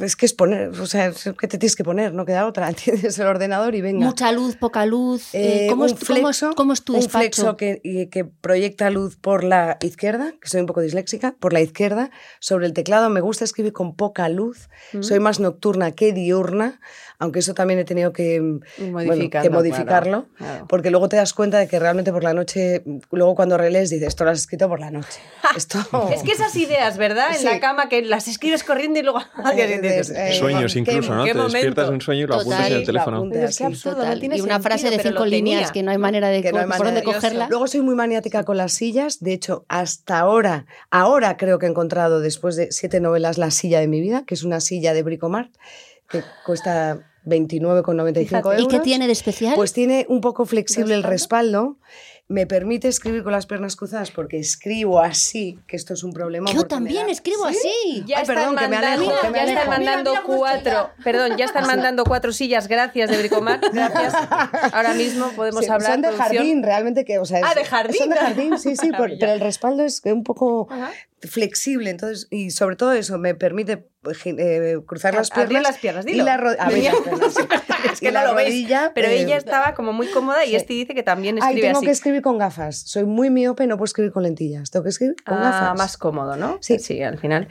S4: es que es poner, o sea, es que te tienes que poner, no queda otra. Tienes el ordenador y venga.
S3: Mucha luz, poca luz. Eh, ¿cómo, es, flexo, ¿cómo, es, tu despacho?
S4: Un flexo que, que, proyecta luz por la izquierda, que soy un poco disléxica, por la izquierda, sobre el teclado. Me gusta escribir con poca luz. Mm. Soy más nocturna que diurna, aunque eso también he tenido que, mm, bueno, que modificarlo, claro, claro. porque luego te das cuenta de que realmente por la noche, luego cuando relees, dices, esto lo has escrito por la noche. Esto...
S2: es que esas ideas, ¿verdad? en sí. la cama que las escribes corriendo y luego al día
S4: eh,
S2: siguiente
S5: Sueños incluso, ¿no? Te momento? despiertas un sueño y lo apuntas Total, en el teléfono.
S4: Apuntas, sí.
S3: Total. y una frase de cinco líneas que no hay manera de, no hay manera por dónde cogerla.
S4: Luego soy muy maniática con las sillas. De hecho, hasta ahora, ahora creo que he encontrado, después de siete novelas, la silla de mi vida, que es una silla de Bricomart, que cuesta... 29,95 euros.
S3: ¿Y qué tiene de especial?
S4: Pues tiene un poco flexible el respaldo me permite escribir con las piernas cruzadas porque escribo así, que esto es un problema.
S3: Yo también da... escribo ¿Sí? así.
S2: Ya Ay, perdón, que me alejo. Mira, que me ya alejo. están mandando mira, mira, cuatro. Perdón, ya están mandando cuatro sillas. Gracias, de Bricomar. Gracias. Ahora mismo podemos sí, hablar.
S4: Son de producción. jardín, realmente que. O sea,
S2: ah, de jardín.
S4: Son de jardín, sí, sí. Por, pero el respaldo es un poco Ajá. flexible. Entonces, y sobre todo eso, me permite eh, cruzar las piernas,
S2: las piernas
S4: dilo. y la rodilla
S2: es que no lo rodilla, veis pero eh, ella estaba como muy cómoda y sí. este dice que también escribe Ay,
S4: tengo
S2: así.
S4: que escribir con gafas soy muy miope no puedo escribir con lentillas tengo que escribir con
S2: ah,
S4: gafas
S2: más cómodo no sí sí al final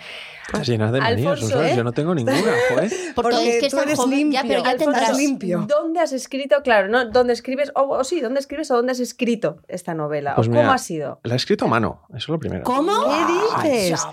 S5: Estás llenas de manías, Alfonso, ¿eh? yo no tengo ninguna, joder.
S4: Porque, es tú eres joven, limpio.
S3: Ya, pero ya Alfonso, tendrás...
S4: limpio.
S2: ¿Dónde has escrito? Claro, ¿no? ¿dónde escribes? O, o, sí, ¿dónde escribes o dónde has escrito esta novela?
S5: Pues
S2: ¿O
S5: mira,
S2: ¿Cómo ha sido?
S5: La he escrito a mano, eso es lo primero.
S3: ¿Cómo?
S4: ¿Qué dices?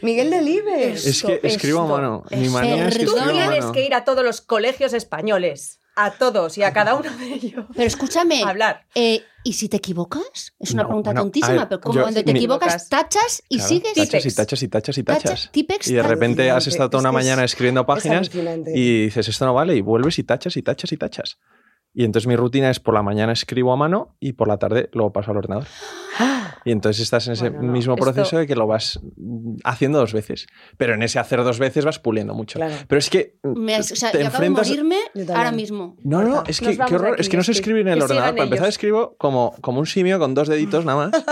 S4: Miguel Delibes.
S5: Es que escribo esto, a mano. Mi manía es que escribo
S2: Tú
S5: tienes
S2: a mano. eh, que ir a todos los colegios españoles. A todos y a cada uno de ellos.
S3: Pero escúchame.
S2: A hablar.
S3: Eh, ¿Y si te equivocas? Es una no, pregunta bueno, tontísima, ver, pero como yo, cuando te mi, equivocas, tachas y
S5: claro,
S3: sigues.
S5: Tachas y tachas y tachas y tachas. Típex, y de repente has estado toda una mañana escribiendo páginas es y dices, esto no vale, y vuelves y tachas y tachas y tachas. Y entonces mi rutina es por la mañana escribo a mano y por la tarde lo paso al ordenador. Y entonces estás en ese bueno, no, mismo proceso esto... de que lo vas mm, haciendo dos veces. Pero en ese hacer dos veces vas puliendo mucho. Claro. Pero es que.
S3: Me, o sea, te yo acabo enfrentas... de morirme ahora mismo.
S5: No, no, es que, qué horror, aquí, es que no se escribe en el ordenador. Para empezar, escribo como, como un simio con dos deditos nada más.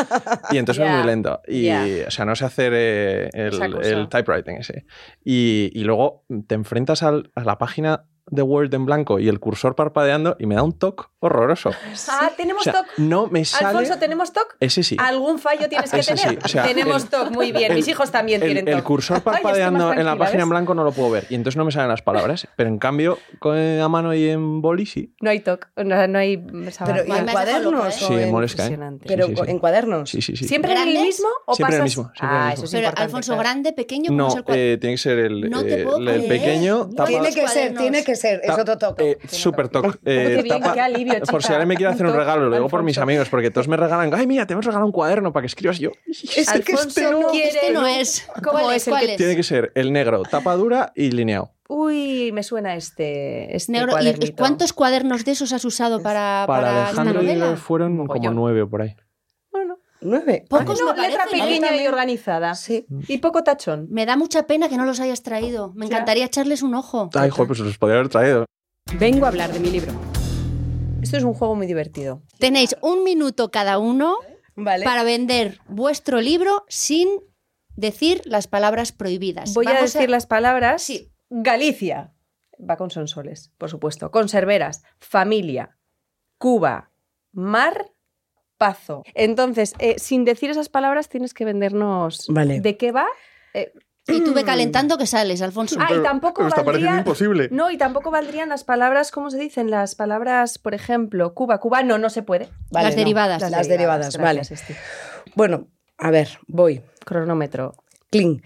S5: Y entonces yeah, es muy lento. Y, yeah. o sea, no sé hacer eh, el, el, typewriting ese. Y, y luego te enfrentas al, a la página de Word en blanco y el cursor parpadeando y me da un toque horroroso.
S2: Ah, tenemos
S5: O sea,
S2: TOC.
S5: no me sale...
S2: Alfonso, ¿tenemos TOC?
S5: Ese sí.
S2: ¿Algún fallo tienes que
S5: Ese
S2: tener?
S5: sí, o sea,
S2: tenemos
S5: el-
S2: TOC, muy bien. Mis
S5: el-
S2: hijos también
S5: el,
S2: tienen
S5: el
S2: TOC.
S5: cursor
S2: estoy más
S5: parpadeando en la
S2: tranquila,
S5: página
S2: ¿ves?
S5: en blanco no lo puedo ver y entonces no me salen las palabras, pero en cambio con a mano y en boli sí.
S2: No hay TOC, no, no hay sabor.
S4: Pero ¿y
S3: Ay,
S4: en
S3: me has dejado loca,
S4: cuadernos?
S3: ¿eh?
S4: o
S5: Sí,
S4: en-
S5: en molesca.
S2: impresionante.
S4: Pero
S5: sí, sí.
S4: en cuadernos.
S5: Sí, sí, sí.
S2: ¿Siempre en el
S3: ¿Grandes?
S2: mismo o
S5: Siempre en el
S2: pasas-
S5: mismo, siempre en el
S2: ah,
S5: mismo.
S2: eso es
S3: Pero
S2: importante,
S3: Alfonso
S2: claro.
S3: grande, pequeño, ¿cómo
S5: No,
S3: es el cuadro?
S5: eh, tiene que ser el,
S3: No te
S5: eh,
S3: puedo
S5: el, el
S3: creer.
S5: pequeño.
S3: No te
S5: tapa-
S4: Tiene que
S3: Cuadernos.
S4: ser, tiene que ser. Es
S5: tap-
S4: otro toque.
S5: eh, super toc.
S2: Uy,
S5: Eh,
S2: qué bien,
S5: tapa-
S2: qué alivio,
S5: por si
S2: chica.
S5: alguien me quiere hacer un
S2: Toc,
S5: regalo, lo digo por mis
S2: Alfonso.
S5: amigos, porque todos me regalan, ay, mira, te hemos regalado un cuaderno para que escribas Y yo. "Es que
S2: Alfonso
S5: este no".
S2: quiere-
S3: Este no es.
S2: ¿Cómo
S3: ¿Cuál
S2: es
S3: es?
S2: el que
S3: ¿Cuál es?
S5: Tiene que ser el negro, tapa dura y lineado.
S2: Uy, me suena este, este
S3: Negro. ¿Y
S2: cuadernito.
S3: ¿Cuántos cuadernos de esos has usado para,
S5: Para,
S3: para esta
S5: Alejandro y yo
S3: novela?
S5: fueron como
S2: Mogollón.
S5: nueve o por ahí.
S2: Bueno,
S4: Nueve.
S3: Poco Pocos
S2: no,
S3: me
S2: letra
S3: parecen, ¿eh?
S2: pequeña y organizada.
S4: Sí.
S2: Y poco tachón.
S3: Me da mucha pena que no los hayas traído. Me
S2: Ya.
S3: encantaría echarles un ojo.
S5: Ay, joder, pues los podría haber traído.
S1: Vengo a hablar de mi libro.
S2: Esto es un juego muy divertido.
S3: Tenéis un minuto cada uno
S4: Vale.
S3: para vender vuestro libro sin decir las palabras prohibidas.
S2: Voy a
S3: Vamos
S2: decir las palabras.
S3: Sí.
S2: Galicia. Va con sonsoles, por supuesto. Conserveras, familia, Cuba, mar, pazo. Entonces, eh, sin decir esas palabras, tienes que vendernos
S4: Vale.
S2: de qué va.
S3: Y tú ve calentando que sales, Alfonso.
S2: Mm. Ah, y tampoco
S5: Pero está
S2: valdría-
S5: pareciendo imposible.
S2: No, y tampoco valdrían las palabras, ¿cómo se dicen? Las palabras, por ejemplo, Cuba, cubano, no se puede.
S4: Vale,
S3: las
S4: no.
S3: derivadas.
S4: Las derivadas,
S2: gracias, Esti.
S4: Bueno, a ver, voy.
S2: Cronómetro.
S4: Cling.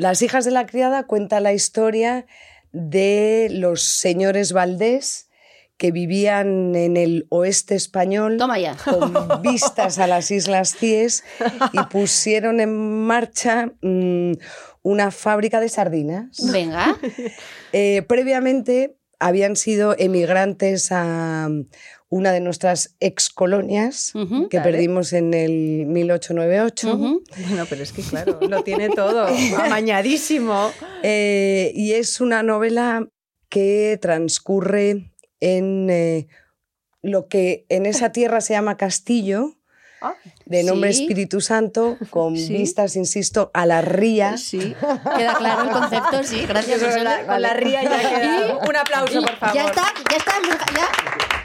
S4: Las hijas de la criada cuenta la historia de los señores Valdés que vivían en el oeste español
S3: Toma ya.
S4: con vistas a las Islas Cíes y pusieron en marcha mm, una fábrica de sardinas.
S3: Venga.
S4: Eh, previamente habían sido emigrantes a mm, una de nuestras excolonias
S3: Ujú.
S4: que
S2: Vale.
S4: perdimos en el 1898.
S3: Ujú.
S2: Bueno, pero es que claro, lo tiene todo amañadísimo.
S4: Eh, y es una novela que transcurre en eh, lo que en esa tierra se llama Castillo,
S2: Ah,
S4: de nombre
S3: sí.
S4: Espíritu Santo, con
S3: Sí.
S4: vistas, insisto, a la ría.
S3: Sí. Queda claro el concepto, sí. Gracias,
S2: Con
S3: Susana.
S2: la, con la ría ya ha quedado. Un aplauso, por favor.
S3: Ya está, ya está. ya.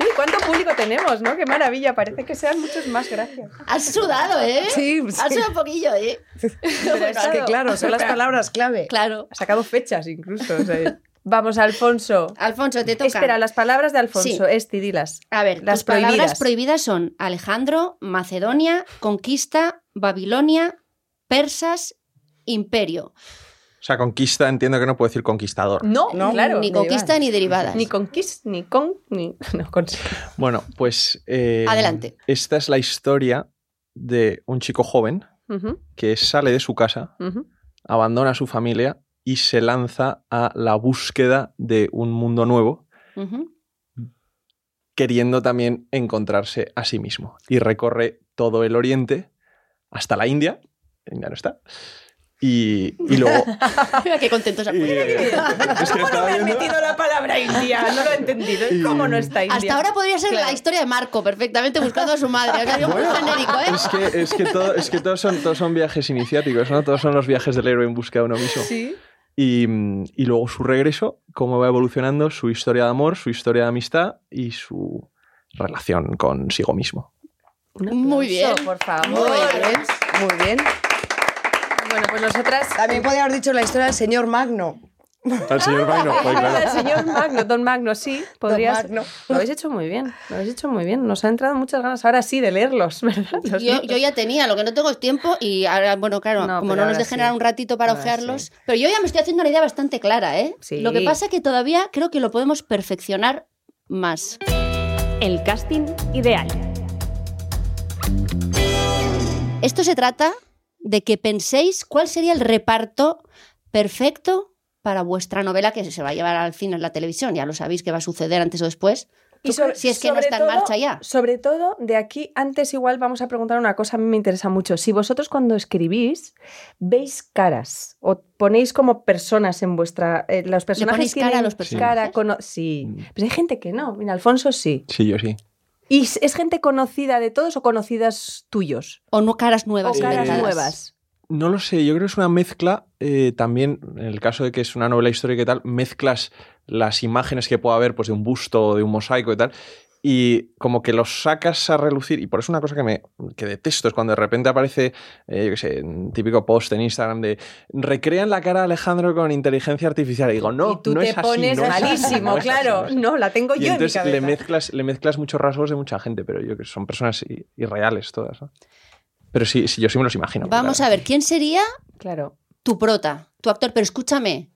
S2: Uy, cuánto público tenemos, ¿no? Qué maravilla. Parece que sean muchos más, gracias.
S3: Has sudado, ¿eh?
S4: Sí,
S3: Has
S4: sí.
S3: sudado un poquillo, ¿eh?
S2: Pero
S4: Es que claro, son las palabras clave.
S3: Claro.
S2: Ha sacado fechas incluso. o sea. Vamos, Alfonso.
S3: Alfonso, te toca.
S2: Espera, las palabras de Alfonso.
S3: Sí.
S2: Esti, dilas.
S3: A ver,
S2: las
S3: las palabras
S2: prohibidas.
S3: prohibidas. son Alejandro, Macedonia, conquista, Babilonia, persas, imperio.
S5: O sea, conquista, entiendo que no puedo decir conquistador.
S2: No,
S4: No,
S2: claro.
S3: ni conquista
S4: derivadas.
S3: ni derivadas.
S2: Ni conquist, ni con, ni... No, con...
S5: Bueno, pues. eh,
S3: Adelante.
S5: Esta es la historia de un chico joven
S2: Ujú,
S5: que sale de su casa,
S2: ujú.
S5: abandona a su familia y se lanza a la búsqueda de un mundo nuevo,
S3: Ujú.
S5: queriendo también encontrarse a sí mismo. Y recorre todo el oriente hasta la India. La India no está. Y, y luego.
S3: Mira qué contentos.
S5: y, eh, es
S2: ¿Cómo
S5: que
S2: no
S5: estaba
S2: me has
S5: viendo-
S2: metido la palabra india? No lo he entendido.
S5: Y-
S2: ¿Cómo no está india?
S3: Hasta ahora podría ser
S2: Claro.
S3: la historia de Marco, perfectamente buscando a su madre. O sea, digo, muy genérico, ¿eh?
S5: Es que, es que, todo- es que todos, son, todos son viajes iniciáticos, ¿no? Todos son los viajes del héroe en busca de uno mismo.
S2: Sí.
S5: Y, mm, y luego su regreso, cómo va evolucionando su historia de amor, su historia de amistad y su relación consigo mismo.
S2: Un
S3: Muy
S2: aplauso,
S3: bien.
S2: Por
S4: Muy
S2: favor.
S4: bien, ¿eh? muy bien.
S2: Bueno, pues nosotras.
S4: También podía haber dicho la historia del señor Magno.
S5: Al señor pues, Vaino,
S2: Ah, el señor Magno, don Magno, sí, podrías. Ah.
S4: Magno.
S2: Lo habéis hecho muy bien, lo habéis hecho muy bien. Nos ha entrado muchas ganas ahora sí de leerlos, ¿verdad? Los
S3: Yo,
S2: libros.
S3: yo ya tenía, lo que no tengo es tiempo y ahora, bueno, claro,
S2: No,
S3: como
S2: pero
S3: no nos
S2: ahora
S3: dejen
S2: sí.
S3: ahora un ratito para
S2: Ahora
S3: ojearlos,
S2: sí.
S3: pero yo ya me estoy haciendo una idea bastante clara, ¿eh?
S2: Sí.
S3: Lo que pasa es que todavía creo que lo podemos perfeccionar más.
S1: El casting ideal.
S3: Esto se trata de que penséis cuál sería el reparto perfecto para vuestra novela que se va a llevar al cine en la televisión, ya lo sabéis que va a suceder antes o después.
S2: Y sobre-
S3: Si es que no
S2: sobre
S3: está en
S2: todo-
S3: marcha ya.
S2: Sobre todo, de aquí, antes igual vamos a preguntar una cosa, a mí me interesa mucho. Si vosotros cuando escribís veis caras o ponéis como personas en vuestra... eh, los personajes
S3: ponéis cara
S2: tienen
S3: a los
S2: Cara,
S3: personajes?
S2: cono- sí,
S5: Mm.
S2: pero hay gente que no. Mira, Alfonso sí.
S5: Sí, yo sí.
S2: ¿Y es- es gente conocida de todos o conocidas tuyos?
S3: O no caras nuevas.
S2: o caras
S3: inventadas.
S2: nuevas.
S5: No lo sé, yo creo que es una mezcla, eh, también en el caso de que es una novela histórica y tal, mezclas las imágenes que pueda haber pues, de un busto o de un mosaico y tal, y como que los sacas a relucir. Y por eso una cosa que me que detesto es cuando de repente aparece, eh, yo qué sé, un típico post en Instagram de recrean la cara de Alejandro con inteligencia artificial. Y digo, no,
S2: y tú
S5: no
S2: te
S5: es así,
S2: pones
S5: no es así,
S2: malísimo,
S5: no es así,
S2: claro.
S5: no es así".
S2: no, la tengo yo
S5: Y entonces
S2: en mi
S5: le
S2: cabeza.
S5: mezclas, le mezclas muchos rasgos de mucha gente, pero yo creo que son personas i- irreales todas. ¿no? Pero sí, sí, yo sí me los imagino.
S3: Vamos a ver, ¿quién sería
S2: Claro.
S3: tu prota, tu actor? Pero escúchame,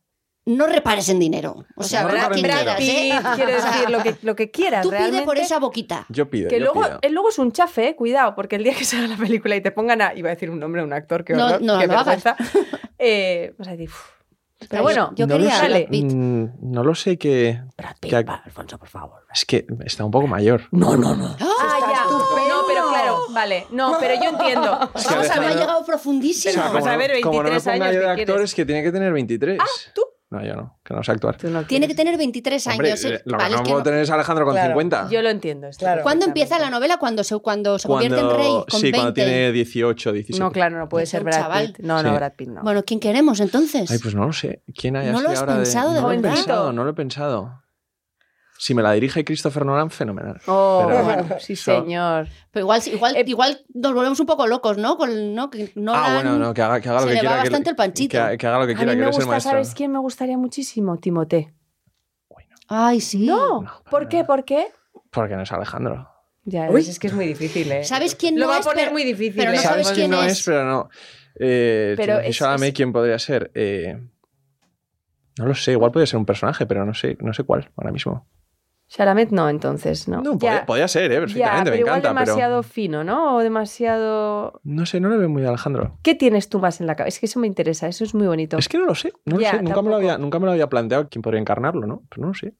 S3: no repares en dinero. O sea,
S5: no
S3: ¿verdad?
S5: repares
S3: Quien
S5: en
S3: quieras,
S2: Pitt,
S3: ¿eh?
S2: quiero
S3: O sea,
S2: decir, lo que, lo que quieras.
S3: Tú pide por
S2: realmente.
S3: esa boquita.
S5: Yo pido.
S2: Que
S5: yo
S2: luego,
S5: pido.
S2: eh, luego es un chafe, eh, cuidado, porque el día que salga la película y te pongan a. Iba a decir un nombre, un actor, que
S3: No, no,
S2: qué
S3: no lo hagas.
S2: vergüenza, eh, vas a decir, "Uf". Pero
S3: Yo-
S2: bueno,
S3: yo
S5: No lo
S3: quería
S5: sé,
S3: a Brad Pitt.
S5: mm, No lo sé que.
S2: Brad
S5: que
S2: Pitt,
S5: ac-
S2: va, Alfonso, por favor.
S5: Es que está un poco mayor.
S2: No, no, no. Ah,
S3: Está
S2: ya.
S3: estupendo.
S2: No, pero claro, vale. No, pero yo entiendo.
S3: Vamos a
S5: sea,
S3: ver, ha
S5: Alejandro-
S3: llegado profundísimo.
S2: Pero vamos a ver,
S5: como no me
S2: 23
S5: ponga
S2: años,
S5: yo de
S2: ¿qué
S5: actor,
S2: quieres?
S5: es que tiene que tener 23.
S2: ¿Tú?
S5: No, yo no, que no sé actuar.
S3: Tiene que tener 23
S5: Hombre,
S3: Ah, años. ¿eh?
S5: eh, lo que
S3: Vale,
S5: no
S3: es que
S5: puedo
S3: no-
S5: tener es Alejandro con
S4: Claro.
S5: 50.
S2: Yo lo entiendo. esto.
S4: Claro.
S3: ¿Cuándo empieza la novela? Cuando se, cuando se convierte en rey. Con
S5: sí,
S3: 20.
S5: cuando tiene 18, 17.
S2: No, claro, no puede
S3: Es
S2: ser
S3: un
S2: Brad
S3: chaval.
S2: Pitt. No, no,
S5: Sí.
S2: Brad Pitt no.
S3: Bueno, ¿quién queremos entonces?
S5: Ay, pues no lo sé. ¿Quién hay
S3: ¿No
S5: así
S3: lo has
S5: ahora
S3: pensado de
S5: No lo he
S2: verdad?
S5: pensado, no lo he pensado. Si me la dirige Christopher Nolan, fenomenal.
S2: Oh,
S5: Pero
S4: bueno,
S2: sí,
S5: eso-
S2: señor.
S3: Pero igual, igual,
S2: Eh,
S3: igual nos volvemos un poco locos, ¿no? Con, ¿no? Que Nolan-
S5: ah, bueno, no, que haga, que haga
S3: se
S5: lo que
S3: le va
S5: quiera. que-
S3: bastante el panchito.
S5: Que, ha- que haga lo que
S2: A
S5: quiera,
S2: mí
S5: que
S2: me
S5: eres el
S2: gusta,
S5: maestro.
S2: ¿sabes quién me gustaría muchísimo? Timote.
S3: Ay, sí.
S2: No,
S5: No,
S2: ¿por
S5: para
S2: qué?
S5: nada.
S2: ¿Por qué?
S5: Porque no es Alejandro.
S2: Ya,
S4: Uy.
S2: ves, es que es muy difícil, ¿eh?
S3: ¿Sabes quién
S2: Lo
S3: no
S2: va
S3: es?
S2: a poner
S3: Pero-
S2: muy difícil.
S3: pero no
S2: ¿eh?
S3: sabes quién
S5: no
S3: es.
S5: es, pero no. Eh,
S2: Pero
S5: pero
S2: es- es-
S5: quién podría ser. Eh, no lo sé, igual podría ser un personaje, pero no sé, no sé cuál ahora mismo.
S2: Chalamet no, entonces, no.
S5: No,
S2: Ya,
S5: podía, podía ser, eh,
S2: ya,
S5: perfectamente,
S2: pero
S5: me
S2: igual
S5: encanta.
S2: demasiado
S5: Pero
S2: fino, ¿no? O demasiado...
S5: no sé, no le veo muy a Alejandro.
S2: ¿Qué tienes tú más en la cabeza? Es que eso me interesa, eso es muy bonito.
S5: Es que no lo sé, no
S2: Ya,
S5: lo sé. Nunca me,
S2: tampoco.
S5: lo había, nunca me lo había planteado quién podría encarnarlo, ¿no? Pero no lo sé.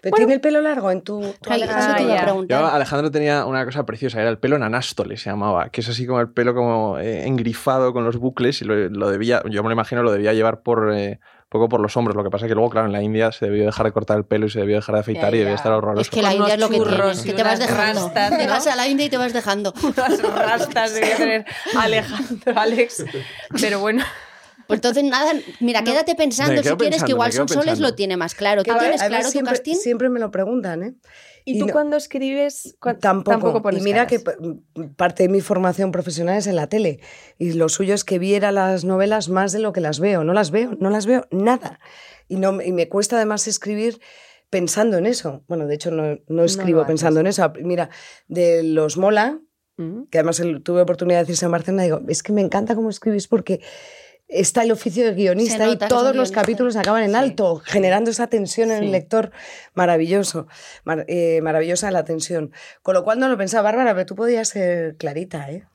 S4: Pero tiene el pelo largo en tu. tu
S3: Ay,
S4: Alejandro.
S3: eso te iba
S2: ya.
S3: a
S5: Yo,
S3: preguntar.
S5: Alejandro tenía una cosa preciosa, era el pelo nanástole, se llamaba, que es así como el pelo como eh, engrifado con los bucles y lo, lo debía, yo me lo imagino, lo debía llevar por eh, poco por los hombros. Lo que pasa que luego, claro, en la India se debió dejar de cortar el pelo y se debió dejar de afeitar
S2: Ya,
S5: y debía
S2: ya.
S5: estar horroroso.
S3: es que la
S2: con
S3: India es lo
S2: unos
S3: que
S2: churros
S3: tienes,
S2: y
S3: que te vas
S2: unas
S3: dejando.
S2: rastas,
S3: Te
S2: ¿no?
S3: vas a la India y te vas dejando.
S2: Unas rastas debe tener Alejandro, Alex. Pero bueno,
S3: Pues entonces, nada, mira, quédate pensando
S5: Me
S3: si
S5: quedo
S3: quieres, que
S5: pensando,
S3: igual
S5: me quedo
S3: Son Soles
S5: pensando.
S3: lo tiene más claro. ¿Tú
S4: A ver,
S3: tienes
S4: a ver,
S3: claro tu
S4: siempre,
S3: casting?
S4: siempre me lo preguntan, ¿eh?
S2: ¿y
S4: Y
S2: tú
S4: no-
S2: cuando escribes? cua-
S4: Tampoco.
S2: pones
S4: y mira
S2: caras?
S4: que p- parte de mi formación profesional es en la tele. Y lo suyo es que viera las novelas más de lo que las veo. No las veo, no las veo nada. Y, no, y me cuesta además escribir pensando en eso. Bueno, de hecho no, no escribo
S2: haces.
S4: pensando en eso. Mira, de los Mola,
S2: Mm.
S4: que además el- tuve oportunidad de decirse a Marcena, digo, es que me encanta cómo escribís porque está el oficio de guionista
S3: Se
S4: y
S3: nota que
S4: todos
S3: son
S4: los
S3: guionista.
S4: capítulos acaban en alto, generando esa tensión en
S2: Sí.
S4: el lector. Maravilloso, Mar- eh, maravillosa la tensión. Con lo cual no lo pensaba, Bárbara, pero tú podías ser clarita, ¿eh?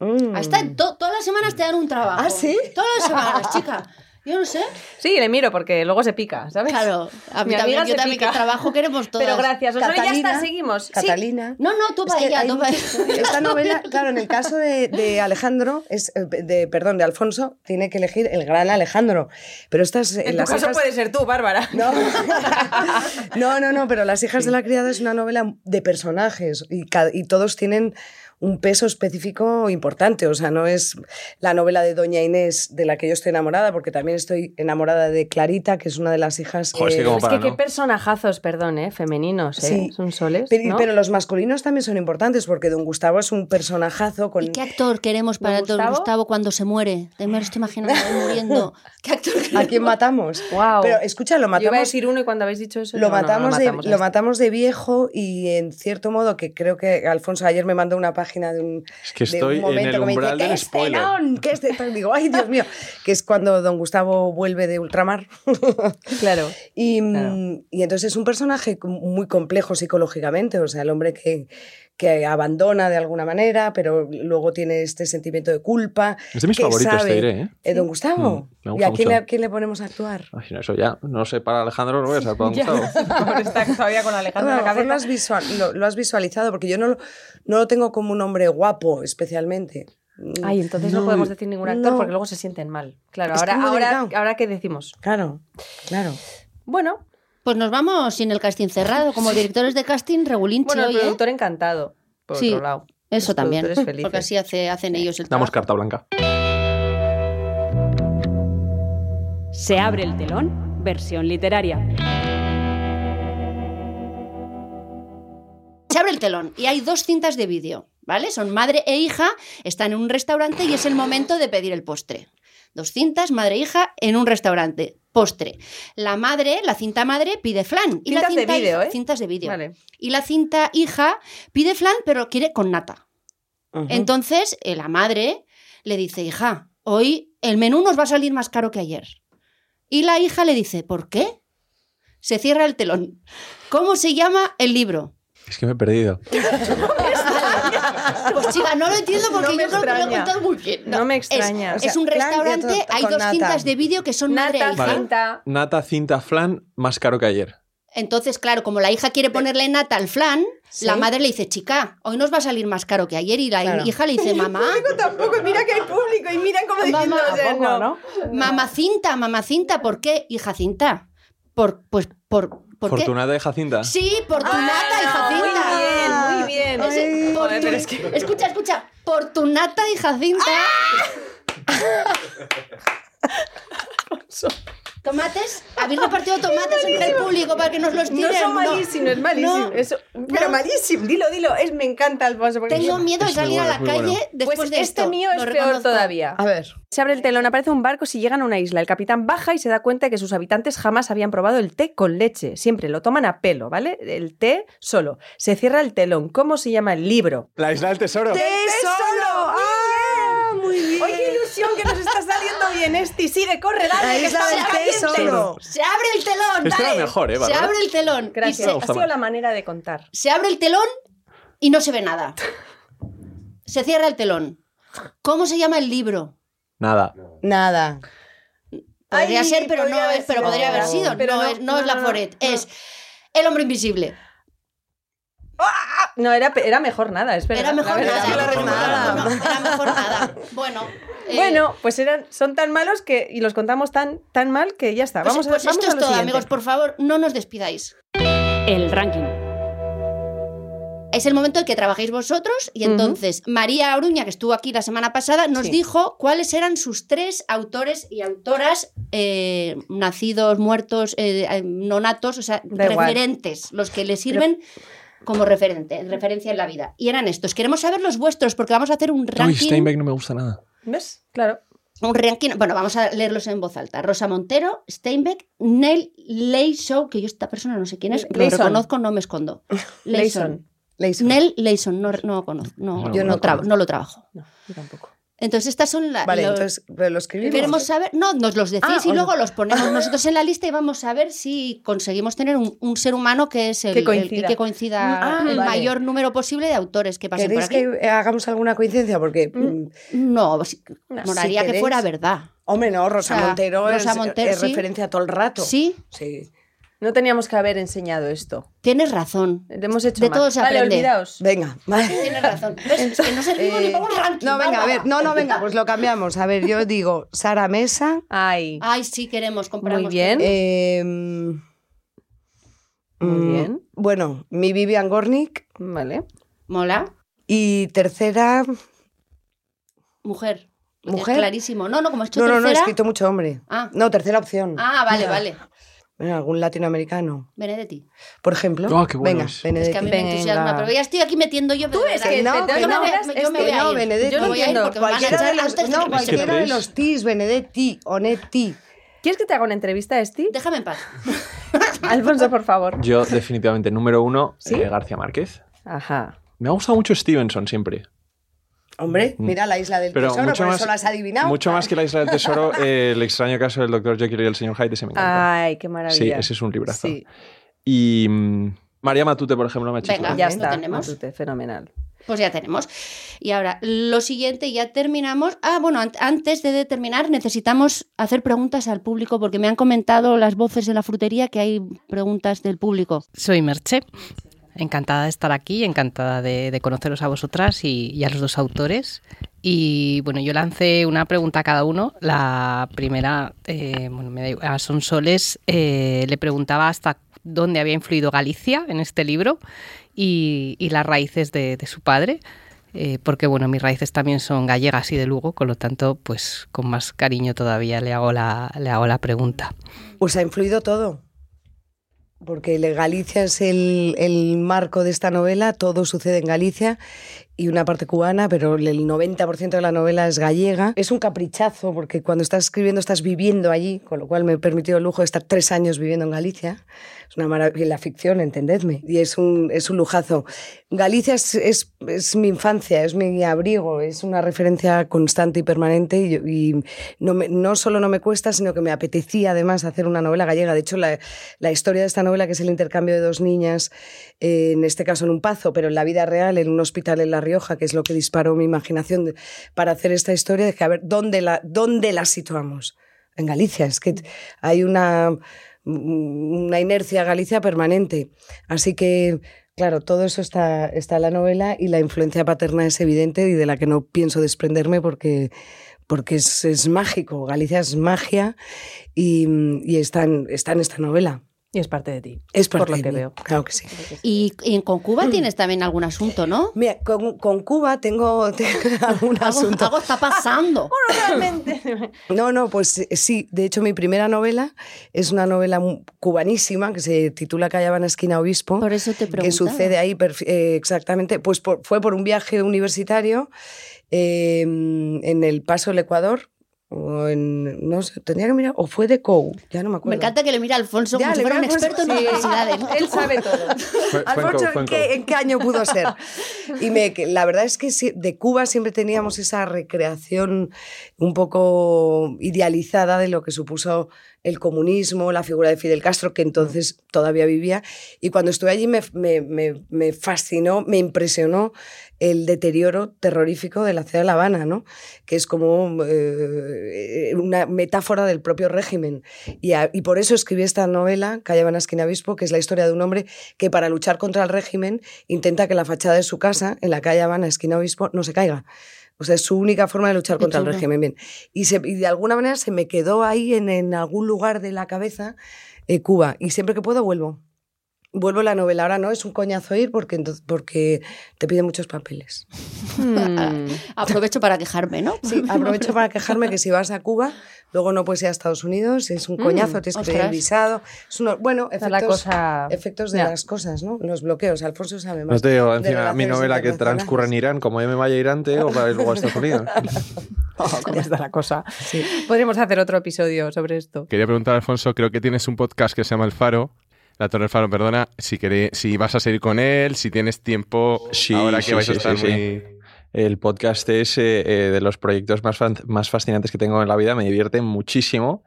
S4: Mm.
S3: Ahí está, to- todas las semanas te dan un trabajo.
S4: ¿Ah, sí?
S3: Todas las semanas, chica. Yo no sé.
S2: Sí, le miro porque luego se pica, ¿sabes?
S3: Claro, a mí
S2: Mi
S3: también,
S2: amiga
S3: yo
S2: se
S3: también
S2: pica.
S3: que trabajo queremos todas.
S2: Pero gracias, Osvaldo. pues Ya
S4: Catalina,
S2: está, seguimos. Sí.
S4: Catalina.
S3: No, no, tú
S4: Es
S3: para
S4: que
S3: allá,
S4: hay
S3: tú para
S4: mucho- Esta novela, claro, en el caso de, de Alejandro, es, eh, de, perdón, de Alfonso, tiene que elegir el gran Alejandro. Pero estas, eh,
S2: En tu
S4: las
S2: caso
S4: hijas-
S2: puede ser tú, Bárbara.
S4: No. no, no, no, pero Las hijas de la criada es una novela de personajes y, ca- y todos tienen un peso específico importante. O sea, no es la novela de Doña Inés de la que yo estoy enamorada, porque también estoy enamorada de Clarita, que es una de las hijas.
S5: Joder, es que
S4: eh,
S5: como
S2: Es
S5: para,
S2: que qué
S5: ¿no?
S2: personajazos, perdón, ¿eh? Femeninos, ¿eh?
S4: Sí.
S2: Son soles,
S4: pero,
S2: ¿no?
S4: pero los masculinos también son importantes, porque Don Gustavo es un personajazo con.
S3: ¿Y qué actor queremos
S2: ¿Don
S3: para don Gustavo?
S2: Gustavo?
S3: cuando se muere? Te me lo estoy imaginando ahí muriendo. ¿Qué actor
S4: ¿A
S3: queremos?
S4: quién matamos?
S2: Guau.
S4: Pero escucha, lo
S2: Yo iba a
S4: matamos.
S2: decir uno y cuando habéis dicho eso...
S4: lo,
S2: no, no, no,
S4: matamos de,
S2: a
S4: lo
S2: este.
S4: matamos de viejo y en cierto modo que creo que Alfonso ayer me mandó una página de un
S5: Es que
S4: de
S5: estoy
S4: un
S5: en
S4: momento
S5: el
S4: que me
S5: umbral
S4: dice,
S5: del
S4: "¿Qué
S5: spoiler".
S4: escenón? ¿Qué escenón?". Digo, ay Dios mío, que es cuando don Gustavo vuelve de ultramar.
S2: Claro.
S4: y, mm,
S2: Claro.
S4: y entonces es un personaje com- muy complejo psicológicamente, o sea, el hombre que, que abandona de alguna manera, pero luego tiene este sentimiento de culpa.
S5: Es de mis
S4: que
S5: favoritos,
S4: sabe-
S5: te diré, ¿eh?
S4: Eh, don Gustavo.
S5: Mm, me
S4: ¿Y
S5: gusta
S4: a quién, le,
S5: mucho.
S4: a quién le ponemos a actuar?
S5: Ay, no, eso ya, no sé, para Alejandro no voy a saber para Gustavo.
S2: Ahora está todavía con Alejandro en la
S4: No, Ah, a lo mejor lo
S2: cabeza.
S4: has, visual- lo, lo has visualizado, porque yo no lo, no lo tengo como un hombre guapo especialmente. Mm,
S2: Ay, entonces no,
S5: No,
S2: podemos decir ningún actor
S4: no.
S2: porque luego se sienten mal. Claro,
S4: Es que
S2: ahora,
S4: es muy
S2: ahora,
S4: delicado.
S2: ahora ¿qué decimos?
S4: Claro, claro.
S2: Bueno,
S3: Pues nos vamos sin el casting cerrado. Como directores de casting, regulinche
S2: bueno el
S3: hoy, ¿eh?
S2: productor encantado, por
S3: Sí,
S2: otro lado.
S3: Eso
S2: Los
S3: también.
S2: productores felices.
S3: Porque así hace- hacen ellos el
S5: Damos
S3: trabajo.
S5: carta blanca.
S1: Se abre el telón, versión literaria.
S3: el telón y hay dos cintas de vídeo, ¿vale? Son madre e hija, están en un restaurante y es el momento de pedir el postre. Dos cintas, madre e hija, en un restaurante. Postre. La madre, la cinta madre, pide flan. Y la
S2: Cintas de
S3: cinta
S2: vídeo,
S3: hija-
S2: ¿eh?
S3: Cintas de vídeo.
S2: Vale.
S3: Y la cinta hija pide flan, pero quiere con nata. Entonces, eh, la madre le dice, hija, hoy el menú nos va a salir más caro que ayer. Y la hija le dice, ¿por qué? Se cierra el telón. ¿Cómo se llama el libro?
S5: Es que me he perdido.
S3: Pues chica, no lo entiendo porque
S2: No me
S3: yo creo que lo he
S2: extraña.
S3: contado muy bien.
S2: No me
S3: es-
S2: extraña.
S3: Es,
S4: O sea,
S3: un
S4: plan de
S3: restaurante,
S4: todo-
S3: hay
S4: con
S3: dos
S4: nata.
S3: cintas de vídeo que son madre e
S2: Nata,
S3: hija.
S5: Vale.
S2: cinta.
S5: Nata, cinta, flan, más caro que ayer.
S3: Entonces, claro, como la hija quiere ponerle nata al flan,
S4: Sí.
S3: la madre le dice, chica, hoy nos va a salir más caro que ayer. Y la
S4: Claro.
S3: hija le dice, mamá,
S2: Tampoco, mira que hay público y miran como
S3: diciendo, o sea,
S4: Tampoco, ¿no?
S3: mamacinta, mamacinta, ¿por qué, hija cinta? Por, pues, por, ¿por qué?
S5: Fortunada de Jacinta.
S3: Sí, por tu nata, hija cinta.
S2: Muy Ah, bien, muy bien.
S3: Ese- por
S2: Joder,
S3: tu-
S2: pero es que-
S3: Escucha, escucha. Por tu nata, hija cinta. Tomates, habéis repartido tomates entre el público para que nos los tiren.
S2: No son malísimo, es malísimo.
S3: No.
S2: Eso- pero
S3: No.
S2: malísimo, dilo, dilo. Es, me encanta Alfonso. porque-
S3: Tengo miedo de
S5: Es muy
S3: salir a
S5: bueno,
S3: la
S5: es muy
S3: calle
S5: bueno.
S3: después
S2: pues
S3: de
S2: este
S3: esto.
S2: mío es
S3: Lo
S2: peor
S3: reconozco.
S2: todavía.
S4: A ver.
S2: Se abre el telón, aparece un barco si llegan a una isla. El capitán baja y se da cuenta de que sus habitantes jamás habían probado el té con leche. Siempre lo toman a pelo, ¿vale? El té solo. Se cierra el telón. ¿Cómo se llama el libro?
S5: La isla del tesoro.
S2: solo! ¡Ah! Muy bien. Oye, qué ilusión que nos está saliendo bien, Esti. Sigue, corre, dale.
S4: La
S2: que
S4: isla
S2: estamos
S4: del té
S2: calientes.
S4: solo.
S3: Se abre el telón.
S5: Esto era
S3: dale.
S5: mejor, ¿eh,
S3: Se
S5: Bárbara?
S3: abre el telón.
S2: Gracias.
S5: No,
S3: Y se-
S2: ha
S5: está
S2: sido
S5: mal.
S2: la manera de contar.
S3: se abre el telón y no se ve nada. Se cierra el telón. ¿Cómo se llama el libro?
S5: Nada.
S4: Nada.
S3: Podría
S2: Ay,
S3: ser, pero
S2: podría
S3: no
S2: haber
S3: es, pero
S2: sido.
S3: podría haber sido.
S2: Pero
S3: no,
S2: no,
S3: es, no,
S2: no,
S3: es la
S2: no,
S3: Foret,
S2: no.
S3: es el hombre invisible.
S2: Ah, No, era, pe- era mejor nada, es verdad.
S3: Era mejor
S2: La verdad,
S3: nada.
S5: no
S3: Era mejor
S5: la
S3: nada.
S5: recordaba.
S3: Bueno, era mejor nada. Bueno. eh,
S2: Bueno, pues eran, son tan malos que y los contamos tan, tan mal que ya está.
S3: pues,
S2: vamos a,
S3: pues
S2: vamos a
S3: esto es
S2: lo
S3: todo,
S2: siguiente.
S3: amigos. Por favor, no nos despidáis.
S1: El ranking.
S3: Es el momento en que trabajéis vosotros y entonces María Aruña, que estuvo aquí la semana pasada, nos
S2: Sí.
S3: dijo cuáles eran sus tres autores y autoras eh, nacidos, muertos, eh, eh, nonatos, o sea,
S2: Da igual.
S3: referentes, los que le sirven como referente, referencia en la vida. Y eran estos. Queremos saber los vuestros porque vamos a hacer un
S5: Uy,
S3: ranking.
S5: Steinbeck no me gusta nada.
S2: ¿Ves? Claro.
S3: un ranking. Bueno, vamos a leerlos en voz alta. Rosa Montero, Steinbeck, Neil Leyshaw, que yo esta persona no sé quién es, lo
S2: Leyson.
S3: reconozco, no me escondo. Leyson.
S2: Leyson.
S4: Leis.
S3: Nell Leyson, no, no lo conozco, no,
S5: No,
S3: no,
S5: yo
S4: no
S3: no tra-
S4: conozco.
S3: no lo trabajo.
S2: No, yo tampoco.
S3: Entonces estas son las...
S4: Vale, entonces pero lo escribimos.
S3: Queremos saber, no, nos los decís
S2: Ah,
S3: y
S2: o
S3: luego
S2: no.
S3: los ponemos nosotros en la lista y vamos a ver si conseguimos tener un, un ser humano que es el
S2: Que
S3: el-
S2: coincida.
S3: que coincida
S2: Ah,
S3: el
S2: vale.
S3: mayor número posible de autores que pasen por
S4: Mm, ¿Queréis
S3: aquí.
S4: que eh, hagamos alguna coincidencia? Porque, mm,
S3: No, si-
S2: No,
S4: si
S3: moraría que
S4: queréis.
S3: fuera verdad.
S4: hombre, no, Rosa
S3: O sea,
S4: Montero es-
S3: Rosa
S4: es,
S3: Montero, sí.
S4: referencia todo el rato.
S3: Sí,
S4: Sí.
S2: No teníamos que haber enseñado esto.
S3: tienes razón.
S2: Le hemos hecho
S3: De
S2: mal.
S3: todo se
S2: Vale,
S3: aprende.
S2: olvidaos.
S4: Venga, vale.
S3: Tienes razón. ¿Ves? Es que no servimos ni
S4: Eh,
S3: para un ranking.
S4: no, venga, a
S3: Bárbara.
S4: ver, no, no, venga, pues lo cambiamos. A ver, yo digo Sara Mesa.
S2: Ay,
S3: Ay, sí, queremos compramos.
S2: Muy bien.
S4: eh, mm,
S2: Muy bien.
S4: Bueno, mi Vivian Gornick.
S2: vale.
S3: Mola.
S4: Y tercera.
S3: Mujer.
S4: ¿Mujer?
S3: Es clarísimo. No, no, como he hecho
S4: No, no, no, he
S3: tercera.
S4: escrito mucho hombre.
S3: Ah.
S4: No, tercera opción.
S3: Ah, vale, vale.
S4: Bueno, algún latinoamericano,
S3: Benedetti.
S4: por ejemplo.
S5: Ah, qué bueno
S4: venga,
S5: es.
S3: Es
S4: Benedetti.
S3: que a mí me
S2: Venga.
S3: entusiasma, pero ya estoy aquí metiendo yo. Tú
S2: ves que
S4: no, que no,
S3: yo
S2: es
S3: me
S2: que
S3: voy a
S4: no,
S3: ir.
S4: Benedetti,
S3: Yo me voy a ir
S2: no,
S3: porque me van a
S4: Cualquiera de
S3: echar
S4: los,
S3: antes de
S4: no,
S3: que me
S5: cualquier-
S4: cualquiera de
S5: veis.
S4: los tis, Benedetti, Onetti.
S2: ¿Quieres que te haga una entrevista, Esti?
S3: Déjame en paz.
S2: Alfonso, por favor.
S5: Yo, definitivamente, número uno,
S2: ¿Sí?
S5: eh, García Márquez.
S2: Ajá.
S5: Me ha gustado mucho Stevenson siempre.
S4: Hombre, mira la isla del
S5: Mm, Pero
S4: tesoro,
S5: mucho
S4: por
S5: más,
S4: eso lo has adivinado.
S5: Mucho más que la isla del tesoro, eh, el extraño caso del Dr. Jekyll y el señor Hyde, ese me
S4: Ah,
S5: encanta.
S2: Ay, qué
S5: sí,
S2: maravilla.
S5: ese es un librazo.
S2: Sí,
S5: Y mm, María Matute, por ejemplo, me ha
S3: Venga,
S5: chiflado.
S2: ya
S3: ¿Lo
S2: está.
S3: tenemos?
S2: Matute, fenomenal.
S3: Pues ya tenemos. Y ahora, lo siguiente, ya terminamos. Ah, bueno, an- antes de terminar, necesitamos hacer preguntas al público porque me han comentado las voces de la frutería que hay preguntas del público.
S6: Soy Merche. Encantada de estar aquí, encantada de, de conoceros a vosotras y, y a los dos autores. Y bueno, yo lancé una pregunta a cada uno. La primera, eh, bueno, me da igual, a Sonsoles eh, le preguntaba hasta dónde había influido Galicia en este libro y, y las raíces de, de su padre. eh, porque bueno, mis raíces también son gallegas y de Lugo, con lo tanto, pues con más cariño todavía le hago la, le hago la pregunta.
S4: Pues ha influido todo. porque Galicia es el, el marco de esta novela, todo sucede en Galicia y una parte cubana, pero el 90% de la novela es gallega. Es un caprichazo porque cuando estás escribiendo estás viviendo allí, con lo cual me he permitido el lujo de estar tres años viviendo en Galicia. Es una maravilla, la ficción, entendedme, y es un, es un lujazo. Galicia es, es, es mi infancia, es mi abrigo, es una referencia constante y permanente y, y no, me, no solo no me cuesta, sino que me apetecía además hacer una novela gallega. De hecho, la, la historia de esta novela, que es el intercambio de dos niñas, eh, en este caso en un pazo, pero en la vida real, en un hospital en La Rioja, que es lo que disparó mi imaginación de, para hacer esta historia, de que a ver, ¿dónde la, dónde la situamos? En Galicia, es que hay una, una inercia a Galicia permanente. Así que, claro, todo eso está, está en la novela y la influencia paterna es evidente y de la que no pienso desprenderme porque porque es, es mágico, Galicia es magia y, y está, en, está en esta novela.
S2: Y es parte de ti.
S4: Es parte
S2: por lo
S4: de
S2: que
S4: mí,
S2: veo.
S4: Claro que sí.
S3: Y, y con Cuba tienes también algún asunto, ¿no?
S4: Mira, con, con Cuba tengo, tengo algún
S3: Algo,
S4: asunto.
S3: algo está pasando.
S4: No, no, pues eh, sí. De hecho, mi primera novela es una novela mu- cubanísima que se titula Callaban Esquina Obispo.
S3: Por eso te preguntaba.
S4: Que sucede ahí perf- eh, exactamente. Pues por- fue por un viaje universitario eh, en el Paso del Ecuador. O en, no sé, tenía que mirar. O fue de COU, ya no me acuerdo.
S3: Me encanta que le mira a Alfonso
S4: Ya,
S3: como si
S4: le
S3: fuera un
S4: mira a Alfonso,
S3: experto en
S4: sí.
S3: universidades.
S2: Él sabe todo.
S5: Fue- fue en
S4: Alfonso,
S5: Cau- fue
S4: ¿en
S5: en
S4: qué,
S5: Cau.
S4: en qué año pudo ser? Y me, que la verdad es que sí, de Cuba siempre teníamos esa recreación un poco idealizada de lo que supuso el comunismo, la figura de Fidel Castro, que entonces todavía vivía. Y cuando estuve allí me, me- me- me fascinó, me impresionó el deterioro terrorífico de la ciudad de La Habana, ¿no? que es como eh, una metáfora del propio régimen. Y, a- y por eso escribí esta novela, Callaban Esquina Obispo, que es la historia de un hombre que para luchar contra el régimen intenta que la fachada de su casa, en la calle Habana, esquina Obispo, no se caiga. O sea, es su única forma de luchar
S3: Qué
S4: contra el
S3: chulo.
S4: régimen. Bien. Y, se- y de alguna manera se me quedó ahí en, en algún lugar de la cabeza eh, Cuba. Y siempre que puedo vuelvo. Vuelvo a la novela. Ahora no es un coñazo ir porque, entonces- porque te pide muchos papeles.
S2: Mm,
S3: Aprovecho para quejarme, ¿no?
S4: Sí, aprovecho para quejarme que si vas a Cuba, luego no puedes ir a Estados Unidos, es un coñazo, tienes que pedir
S3: ostras.
S4: visado. Es uno- bueno,
S2: Esa es Mm,
S4: efectos,
S2: la cosa-
S4: efectos de
S2: Ya.
S4: las cosas, ¿no? Los bloqueos. Alfonso sabe más.
S5: No te digo,
S4: de
S5: encima, mi
S4: relaciones
S5: novela que
S4: internacionales.
S5: transcurre en Irán, como M. Maya Irante, o para ir luego a Estados Unidos.
S2: ¿Cómo está la cosa? Podríamos hacer otro episodio sobre esto.
S7: Quería preguntar, Alfonso, creo que tienes un podcast que se llama El Faro. La Torre del Faro, perdona, si, queré- si vas a seguir con él, si tienes tiempo
S5: Sí,
S7: ahora que
S5: sí,
S7: vais a
S5: sí,
S7: estar
S5: sí, sí.
S7: muy...
S5: El podcast es eh, eh, de los proyectos más, fan- más fascinantes que tengo en la vida, me divierte muchísimo.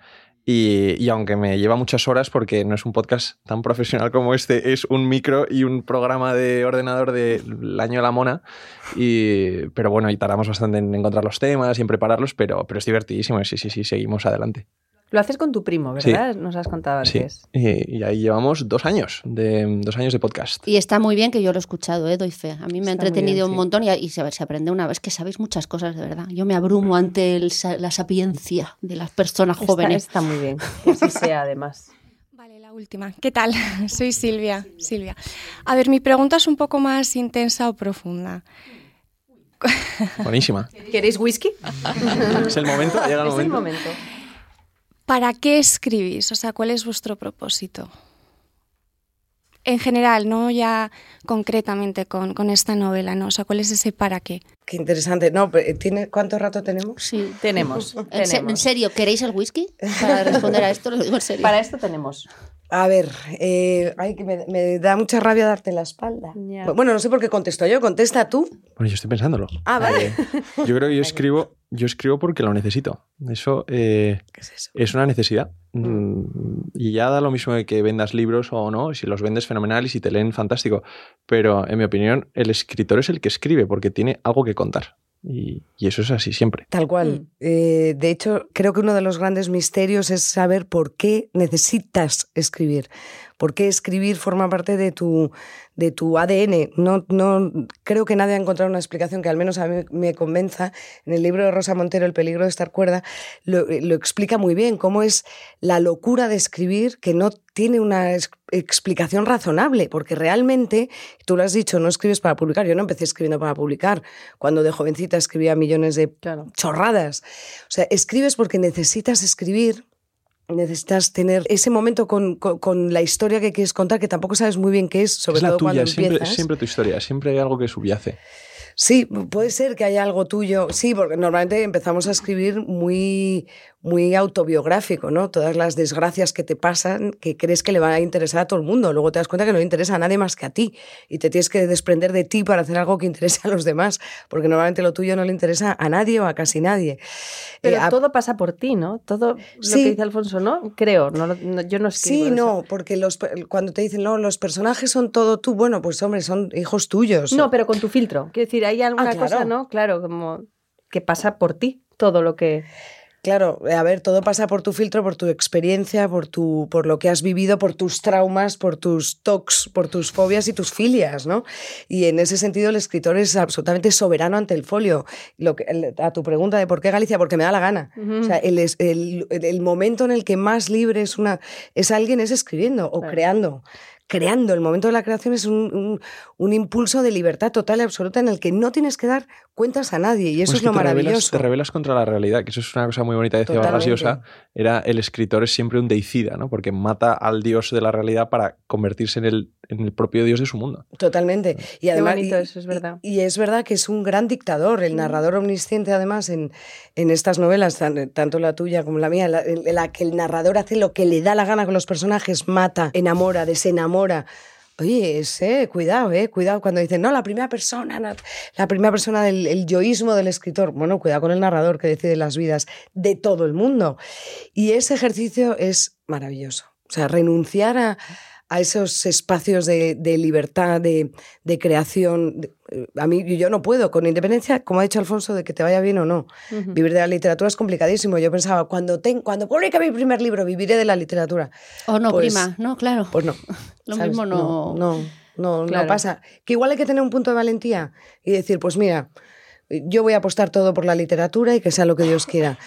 S5: Y, y aunque me lleva muchas horas, porque no es un podcast tan profesional como este, es un micro y un programa de ordenador del año de la mona. Y, pero bueno, y tardamos bastante en encontrar los temas y en prepararlos, pero, pero es divertidísimo. y Sí, sí, sí, seguimos adelante.
S2: Lo haces con tu primo,
S5: Sí.
S2: ¿verdad? Nos has contado
S5: Sí.
S2: antes.
S5: Y, y ahí llevamos dos años, de, dos años de podcast.
S3: Y está muy bien que yo lo he escuchado, ¿eh? doy fe. A
S2: Está
S3: mí me ha
S2: muy
S3: entretenido
S2: bien,
S3: un
S2: sí.
S3: montón y, y se, se aprende una vez que sabéis muchas cosas, de verdad. Yo me abrumo ante el sa- la sapiencia de las personas
S2: Está-
S3: jóvenes.
S2: Está, muy bien. Que así sea, además.
S8: Vale, la última. ¿Qué tal? Soy Silvia. Silvia. A ver, mi pregunta es un poco más intensa o profunda.
S5: Buenísima.
S2: ¿Queréis whisky?
S5: es el momento, llega
S2: Es
S5: el
S2: el
S5: momento.
S2: momento.
S8: ¿Para qué escribís? O sea, ¿cuál es vuestro propósito? En general, no ya concretamente con, con esta novela, ¿no? O sea, ¿cuál es ese para qué?
S4: Qué interesante. No, pero ¿tiene, ¿Cuánto rato tenemos?
S3: Sí.
S2: Tenemos.
S3: En, se- en
S2: tenemos.
S3: serio, ¿queréis el whisky? Para responder a esto lo digo en serio.
S2: Para esto tenemos.
S4: A ver, eh, ay, que me, me da mucha rabia darte la espalda.
S2: Ya.
S4: Bueno, no sé por qué contesto yo, contesta tú.
S5: Bueno, yo estoy pensándolo.
S4: Ah, vale.
S5: Eh, yo creo que yo escribo, yo escribo porque lo necesito. Eso eh,
S4: ¿Qué es eso?
S5: es una necesidad. Mm, Y ya da lo mismo de que vendas libros o no. Si los vendes, fenomenal. Y si te leen, fantástico. Pero en mi opinión, el escritor es el que escribe porque tiene algo que contar. Y, y eso es así siempre.
S4: Tal cual.
S2: Mm.
S4: Eh, de hecho, creo que uno de los grandes misterios es saber por qué necesitas escribir. Por qué escribir forma parte de tu, de tu ADN. No, no, creo que nadie ha encontrado una explicación que al menos a mí me convenza. En el libro de Rosa Montero, El peligro de estar cuerda, lo, eh, lo explica muy bien, cómo es la locura de escribir que no tiene una ex- explicación razonable, porque realmente, tú lo has dicho, no escribes para publicar. Yo no empecé escribiendo para publicar. Cuando de jovencita escribía millones de
S2: Claro.
S4: chorradas. O sea, escribes porque necesitas escribir. necesitas tener ese momento con, con, con, la historia que quieres contar, que tampoco sabes muy bien qué es, sobre
S5: es la
S4: todo
S5: tuya,
S4: cuando
S5: siempre,
S4: empiezas.
S5: siempre tu historia, siempre hay algo que subyace.
S4: Sí, puede ser que haya algo tuyo. Sí, porque normalmente empezamos a escribir muy, muy autobiográfico, ¿no? Todas las desgracias que te pasan, que crees que le van a interesar a todo el mundo. Luego te das cuenta que no le interesa a nadie más que a ti. Y te tienes que desprender de ti para hacer algo que interese a los demás. Porque normalmente lo tuyo no le interesa a nadie o a casi nadie.
S2: Pero
S4: Eh, a-
S2: todo pasa por ti, ¿no? Todo lo
S4: Sí.
S2: que dice Alfonso, ¿no? Creo, no, lo- no- yo no escribo.
S4: Sí,
S2: eso.
S4: no, porque los, per- cuando te dicen, no, los personajes son todo tú, bueno, pues hombre, son hijos tuyos.
S2: No, pero con tu filtro. Quiero decir, hay alguna
S4: claro.
S2: cosa, ¿no? Claro, como que pasa por ti todo lo que...
S4: Claro, eh, a ver, todo pasa por tu filtro, por tu experiencia, por, tu, por lo que has vivido, por tus traumas, por tus tocs, por tus fobias y tus filias, ¿no? Y en ese sentido el escritor es absolutamente soberano ante el folio. Lo que- el- a tu pregunta de por qué Galicia, porque me da la gana. O
S5: Mm.
S4: sea, el, es- el- el- el momento en el que más libre es, una, es alguien es escribiendo o creando. Creando, el momento de la creación es un, un- un impulso de libertad total y absoluta en el que no tienes que dar cuentas a nadie y eso
S5: Pues
S4: es, lo
S5: que te rebelas-
S4: maravilloso.
S5: te rebelas contra la realidad, que eso es una cosa muy bonita de Ceballos
S4: Totalmente.
S5: Llosa. Era el escritor es siempre un deicida, ¿no? Porque mata al dios de la realidad para convertirse en el, en el propio dios de su mundo.
S4: Totalmente. Y además,
S2: bonito
S4: y-
S2: eso, es verdad.
S4: Y, y es verdad que es un gran dictador, el narrador omnisciente, además, en, en estas novelas, tan- tanto la tuya como la mía, la, en la que el narrador hace lo que le da la gana con los personajes, mata, enamora, desenamora. Oye, ese, cuidado, eh, cuidado cuando dicen, no, la primera persona, na- la primera persona del el yoísmo del escritor. Bueno, cuidado con el narrador que decide las vidas de todo el mundo. Y ese ejercicio es maravilloso. O sea, renunciar a, a esos espacios de, de libertad, de, de creación. de- eh, A mí yo no puedo, con independencia, como ha dicho Alfonso, de que te vaya bien o no. Vivir de la literatura es complicadísimo. Yo pensaba, cuando, ten, cuando publique mi primer libro, viviré de la literatura.
S3: O no,
S4: Pues-
S3: prima, no, claro.
S4: Pues no.
S3: Lo
S4: ¿sabes?
S3: mismo no-
S4: No, no, no
S2: Claro.
S4: pasa. Que igual hay que tener un punto de valentía y decir, pues mira, yo voy a apostar todo por la literatura y que sea lo que Dios quiera.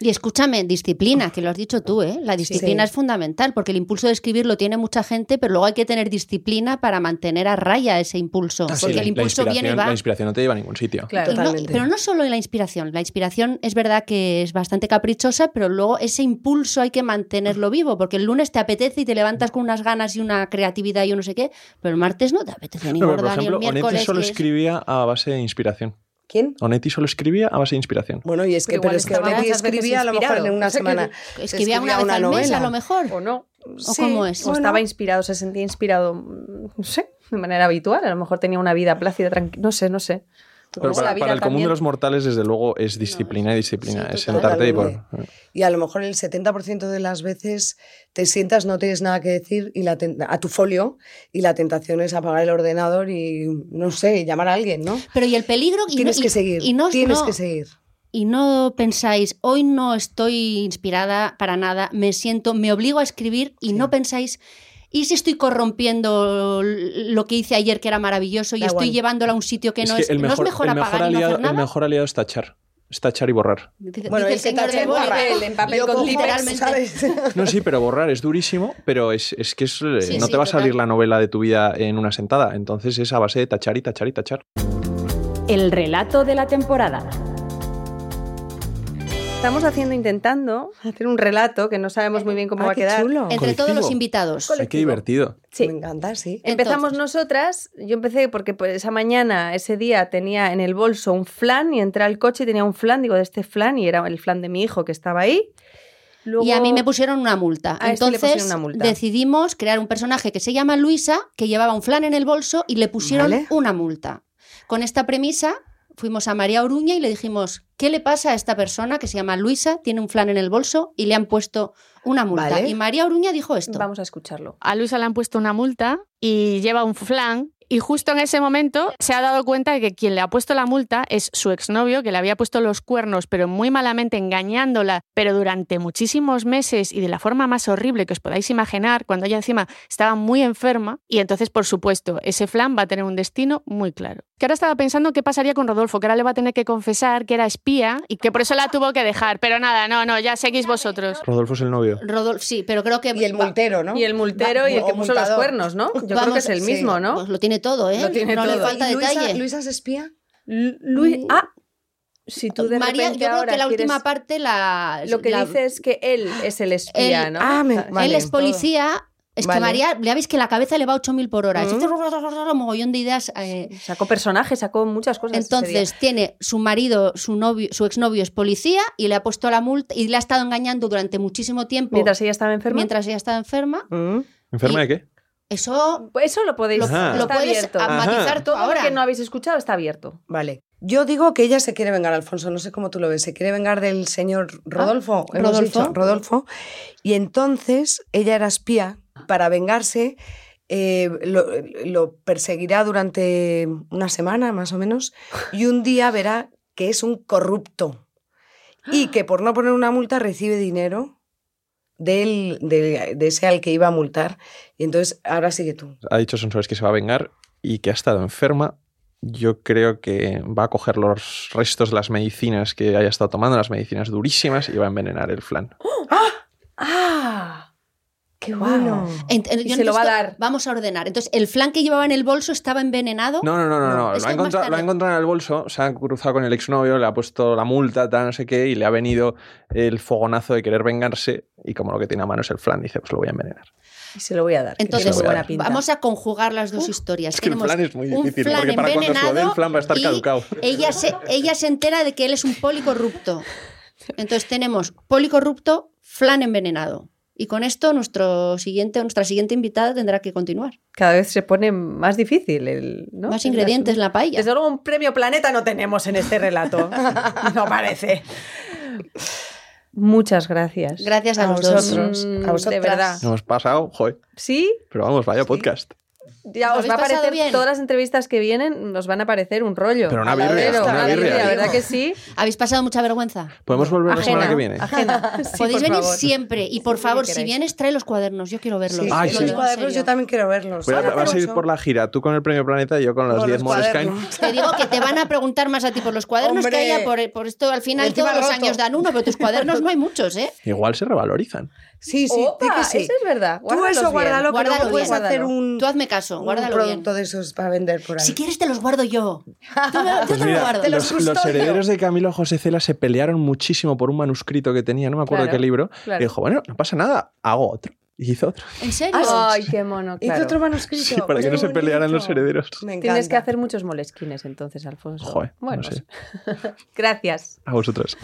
S3: Y escúchame, disciplina, que lo has dicho tú, ¿eh? La disciplina
S4: Sí.
S3: es fundamental, porque el impulso de escribir lo tiene mucha gente, pero luego hay que tener disciplina para mantener a raya ese impulso.
S5: Ah, Sí,
S3: porque
S5: la-
S3: el impulso
S5: la
S3: viene y
S5: inspiración-
S3: va.
S5: La inspiración no te lleva a ningún sitio.
S2: Claro.
S3: Y no-
S4: Totalmente.
S3: pero no solo en la inspiración. La inspiración es verdad que es bastante caprichosa, pero luego ese impulso hay que mantenerlo vivo, porque el lunes te apetece y te levantas con unas ganas y una creatividad y un no sé qué, pero el martes no te apetece ni
S5: No, pero,
S3: gorda,
S5: por ejemplo,
S3: ni el
S5: Onetti
S3: miércoles.
S5: solo
S3: que es-
S5: escribía a base de inspiración.
S4: ¿Quién?
S5: Onetti solo escribía a base de inspiración.
S4: Bueno, y es que,
S2: Pero
S4: pero,
S2: igual
S4: es que
S2: estaba
S4: Onetti
S2: muchas veces
S4: escribía a lo mejor
S2: inspirado.
S4: en una
S2: O sea que
S4: semana.
S3: Escribía una vez al mes, a lo mejor.
S2: O no.
S3: ¿O
S4: sí,
S3: cómo es?
S2: O
S4: Bueno.
S2: estaba inspirado, se sentía inspirado, mm, no sé, de manera habitual. A lo mejor tenía una vida plácida, tranquila, no sé, no sé.
S5: Pero
S2: Luego la
S5: para,
S2: vida
S5: para el común
S2: también-
S5: de los mortales, desde luego, es disciplina y disciplina.
S3: sí,
S5: es sentarte y por...
S4: Y a lo mejor el 70% de las veces te sientas, no tienes nada que decir y la ten- a tu folio y la tentación es apagar el ordenador y, no sé, llamar a alguien, ¿no?
S3: Pero y el peligro y
S4: tienes
S3: no- y-
S4: que seguir,
S3: y no-
S4: tienes
S3: no-
S4: que seguir.
S3: y no pensáis, hoy no estoy inspirada para nada, me siento, me obligo a escribir y no pensáis, ¿y si estoy corrompiendo lo que hice ayer que era maravilloso y
S4: Da
S3: estoy
S4: igual.
S3: llevándola a un sitio que no es, ¿no es mejor
S5: el
S3: apagar y no
S5: aliado,
S3: hacer nada?
S5: el mejor aliado es tachar. Es tachar y borrar.
S3: Dice-
S4: Bueno,
S3: dice
S4: es que
S3: el señor
S4: tachar
S3: del boli,
S4: borra
S3: pero-
S2: en papel
S3: yo
S2: con
S3: cojo
S2: clippers,
S3: literalmente-
S4: ¿sabes? Ah,
S5: No, sí, pero borrar es durísimo, pero es, es que es, eh,
S3: Sí,
S5: no
S3: sí,
S5: te va a
S3: total.
S5: salir la novela de tu vida en una sentada. Entonces es a base de tachar y tachar y tachar.
S1: El relato de la temporada.
S2: Estamos haciendo, intentando hacer un relato que no sabemos muy bien cómo
S4: Ah,
S2: va a
S4: qué
S2: quedar.
S4: chulo.
S3: Entre
S5: Colectivo.
S3: todos los invitados.
S5: Ay, qué divertido.
S2: Sí.
S4: Me encanta, sí.
S2: Empezamos
S3: Entonces.
S2: nosotras. Yo empecé porque por esa mañana, ese día, tenía en el bolso un flan y entré al coche y tenía un flan, digo, de este flan y era el flan de mi hijo que estaba ahí. Luego-
S3: Y a mí me pusieron una multa.
S2: A este le
S3: Entonces
S2: pusieron una multa.
S3: decidimos crear un personaje que se llama Luisa, que llevaba un flan en el bolso y le pusieron
S4: Vale.
S3: una multa. Con esta premisa fuimos a María Oruña y le dijimos, ¿qué le pasa a esta persona que se llama Luisa, tiene un flan en el bolso y le han puesto una multa?
S4: Vale.
S3: Y María Oruña dijo esto.
S2: Vamos a escucharlo.
S9: A Luisa le han puesto una multa y lleva un flan. Y justo en ese momento se ha dado cuenta de que quien le ha puesto la multa es su exnovio, que le había puesto los cuernos, pero muy malamente engañándola, pero durante muchísimos meses y de la forma más horrible que os podáis imaginar, cuando ella encima estaba muy enferma. Y entonces, por supuesto, ese flan va a tener un destino muy claro. Que ahora estaba pensando qué pasaría con Rodolfo, que ahora le va a tener que confesar que era espía y que por eso la tuvo que dejar. Pero nada, no, no, ya seguís vosotros.
S5: Rodolfo es el novio.
S3: Rodolfo, sí, pero creo que...
S4: Y el
S3: va-
S4: multero, ¿no?
S2: Eh, Y el multero
S4: Va-
S2: y el que
S4: o
S2: puso los
S4: multador.
S2: cuernos, ¿no? Yo creo que es el
S4: sí.
S2: mismo, ¿no?
S3: Pues lo tiene todo, ¿eh?
S2: Lo tiene
S3: no le
S2: todo.
S3: falta
S4: ¿Y Luisa,
S3: detalle.
S4: ¿Luisa es espía?
S2: Luis. Ah, si tú de
S3: María,
S2: repente
S3: yo creo
S2: ahora
S3: que la
S2: quieres-
S3: última parte la...
S2: Lo que
S3: la-
S2: dice es que él es el espía,
S3: Él-
S2: ¿no?
S4: Ah, me-
S2: O sea,
S4: vale.
S3: él es policía... Es
S2: Vale.
S3: que María, ya veis que la cabeza le va a 8.000 por hora. Es este
S2: Mm.
S3: un mogollón de ideas. eh,
S2: Sacó personajes, sacó muchas cosas. ese día.
S3: Entonces tiene su marido, su novio, su exnovio es policía y le ha puesto la multa y le ha estado engañando durante muchísimo tiempo
S2: oh, mientras ella estaba enferma.
S3: mientras ella estaba enferma.
S2: Mm.
S5: ¿Enferma
S3: Y-
S5: de qué?
S3: Eso
S2: Pues Eso lo podéis.
S3: lo,
S5: Ajá.
S3: lo
S2: está
S3: puedes
S2: abierto.
S5: Ajá.
S3: matizar tú
S2: Todo
S3: ahora.
S2: lo que no habéis escuchado está abierto.
S4: Vale. Yo digo que ella se quiere vengar, Alfonso, no sé cómo tú lo ves, se quiere vengar del señor Rodolfo, hemos
S3: Rodolfo.
S4: dicho, Rodolfo. Y entonces ella era espía, para vengarse eh, lo, lo perseguirá durante una semana más o menos y un día verá que es un corrupto y que por no poner una multa recibe dinero del, del- de ese al que iba a multar. Y entonces ahora sigue tú.
S5: Ha dicho Sonsoles que se va a vengar y que ha estado enferma. Yo creo que va a coger los restos de las medicinas que haya estado tomando, las medicinas durísimas, y va a envenenar el flan.
S2: ¡Ah! ¡Qué
S4: bueno.
S3: Ent- yo
S2: Y
S3: no
S2: se lo va a
S3: necesito-
S2: dar.
S3: Vamos a ordenar. Entonces, el flan que llevaba en el bolso estaba envenenado.
S5: No, no, no, no.
S3: Esto
S5: no. Lo, ha
S3: es más
S5: encontrado, lo ha
S3: tarde.
S5: encontrado en el bolso, se ha cruzado con el exnovio, le ha puesto la multa, tal, no sé qué, y le ha venido el fogonazo de querer vengarse. Y como lo que tiene a mano es el flan, dice: Pues lo voy a envenenar.
S2: Y se lo voy a dar. que
S3: Entonces,
S2: tiene muy buena pinta.
S3: vamos a conjugar las dos historias.
S5: Es que el
S3: Tenemos
S5: flan es muy
S3: un
S5: difícil,
S3: flan
S5: porque para cuando se lo dé el
S3: envenenado
S5: flan va a estar
S3: y
S5: caducado.
S3: Ella se, ella se entera de que él es un policorrupto. Entonces tenemos policorrupto, flan envenenado. Y con esto nuestro siguiente, nuestra siguiente invitada tendrá que continuar.
S2: Cada vez se pone más difícil el. ¿no?
S3: Más ingredientes en la paella.
S2: Desde luego, un premio planeta no tenemos en este relato. no parece. Muchas gracias.
S3: Gracias a,
S4: A
S3: los dos.
S4: vosotros,
S2: Mm,
S4: a vosotras.
S2: de verdad.
S5: Hemos pasado, joder.
S2: ¿Sí?
S5: Pero vamos, vaya podcast.
S2: Ya
S3: ¿Lo
S2: os va a
S3: habéis pasado
S2: parecer
S3: bien?
S2: todas las entrevistas que vienen, nos van a parecer un rollo.
S5: Pero una
S3: A la
S5: birria,
S3: vera,
S5: una
S3: a la
S5: birria.
S2: La verdad
S3: digo.
S2: que sí.
S3: Habéis pasado mucha vergüenza.
S5: Podemos volver la semana
S2: Ajena,
S5: que viene.
S2: ajena. Sí,
S3: Podéis
S2: por
S3: venir
S2: favor.
S3: siempre. Y por
S2: Sí,
S3: favor,
S2: que
S3: si
S2: queráis.
S3: vienes, trae los cuadernos. Yo quiero verlos.
S4: Sí,
S5: Ay,
S3: Os
S4: los
S3: lo
S5: sí.
S3: digo en
S4: cuadernos yo
S3: serio.
S4: también quiero verlos.
S5: Voy a-
S4: Ahora
S5: vas a ir
S4: tenemos
S5: por la gira, tú con el premio Planeta y yo con los
S4: Con
S5: 10
S4: los
S5: Moleskine.
S4: cuadernos.
S3: Te digo que te van a preguntar más a ti por los cuadernos
S4: Hombre.
S3: que haya, por, por esto al final
S4: Encima
S3: todos los
S4: roto.
S3: años dan uno, pero tus cuadernos no hay muchos, ¿eh?
S5: Igual se revalorizan.
S4: Sí, sí,
S2: Opa,
S4: di que sí.
S2: Eso es verdad.
S4: Tú eso guárdalo, que
S3: Guárdalo
S4: luego puedes
S3: bien.
S4: hacer
S2: Guárdalo.
S4: un,
S3: Tú hazme caso,
S4: un
S3: guárdalo bien.
S4: producto de esos para vender por ahí.
S3: Si quieres te los guardo yo. Tú me- yo te los guardo.
S5: los, los herederos de Camilo José Cela se pelearon muchísimo por un manuscrito que tenía, no me acuerdo
S2: Claro,
S5: qué libro.
S2: claro.
S5: Y dijo, bueno, no pasa nada, hago otro. Y hizo otro.
S3: ¿En serio?
S2: Ay, qué mono.
S4: Hice
S2: claro.
S4: otro manuscrito. pues
S5: Sí, para
S4: Qué
S5: que no se
S4: bonito.
S5: pelearan los herederos.
S4: Me encanta.
S2: Tienes que hacer muchos molesquines entonces, Alfonso.
S5: Joder,
S2: bueno,
S5: no sé.
S2: gracias.
S5: A vosotros.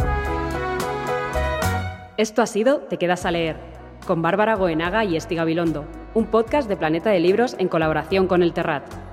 S1: Esto ha sido Te quedas a leer con Bárbara Goenaga y Esti Gabilondo, un podcast de Planeta de Libros en colaboración con El Terrat.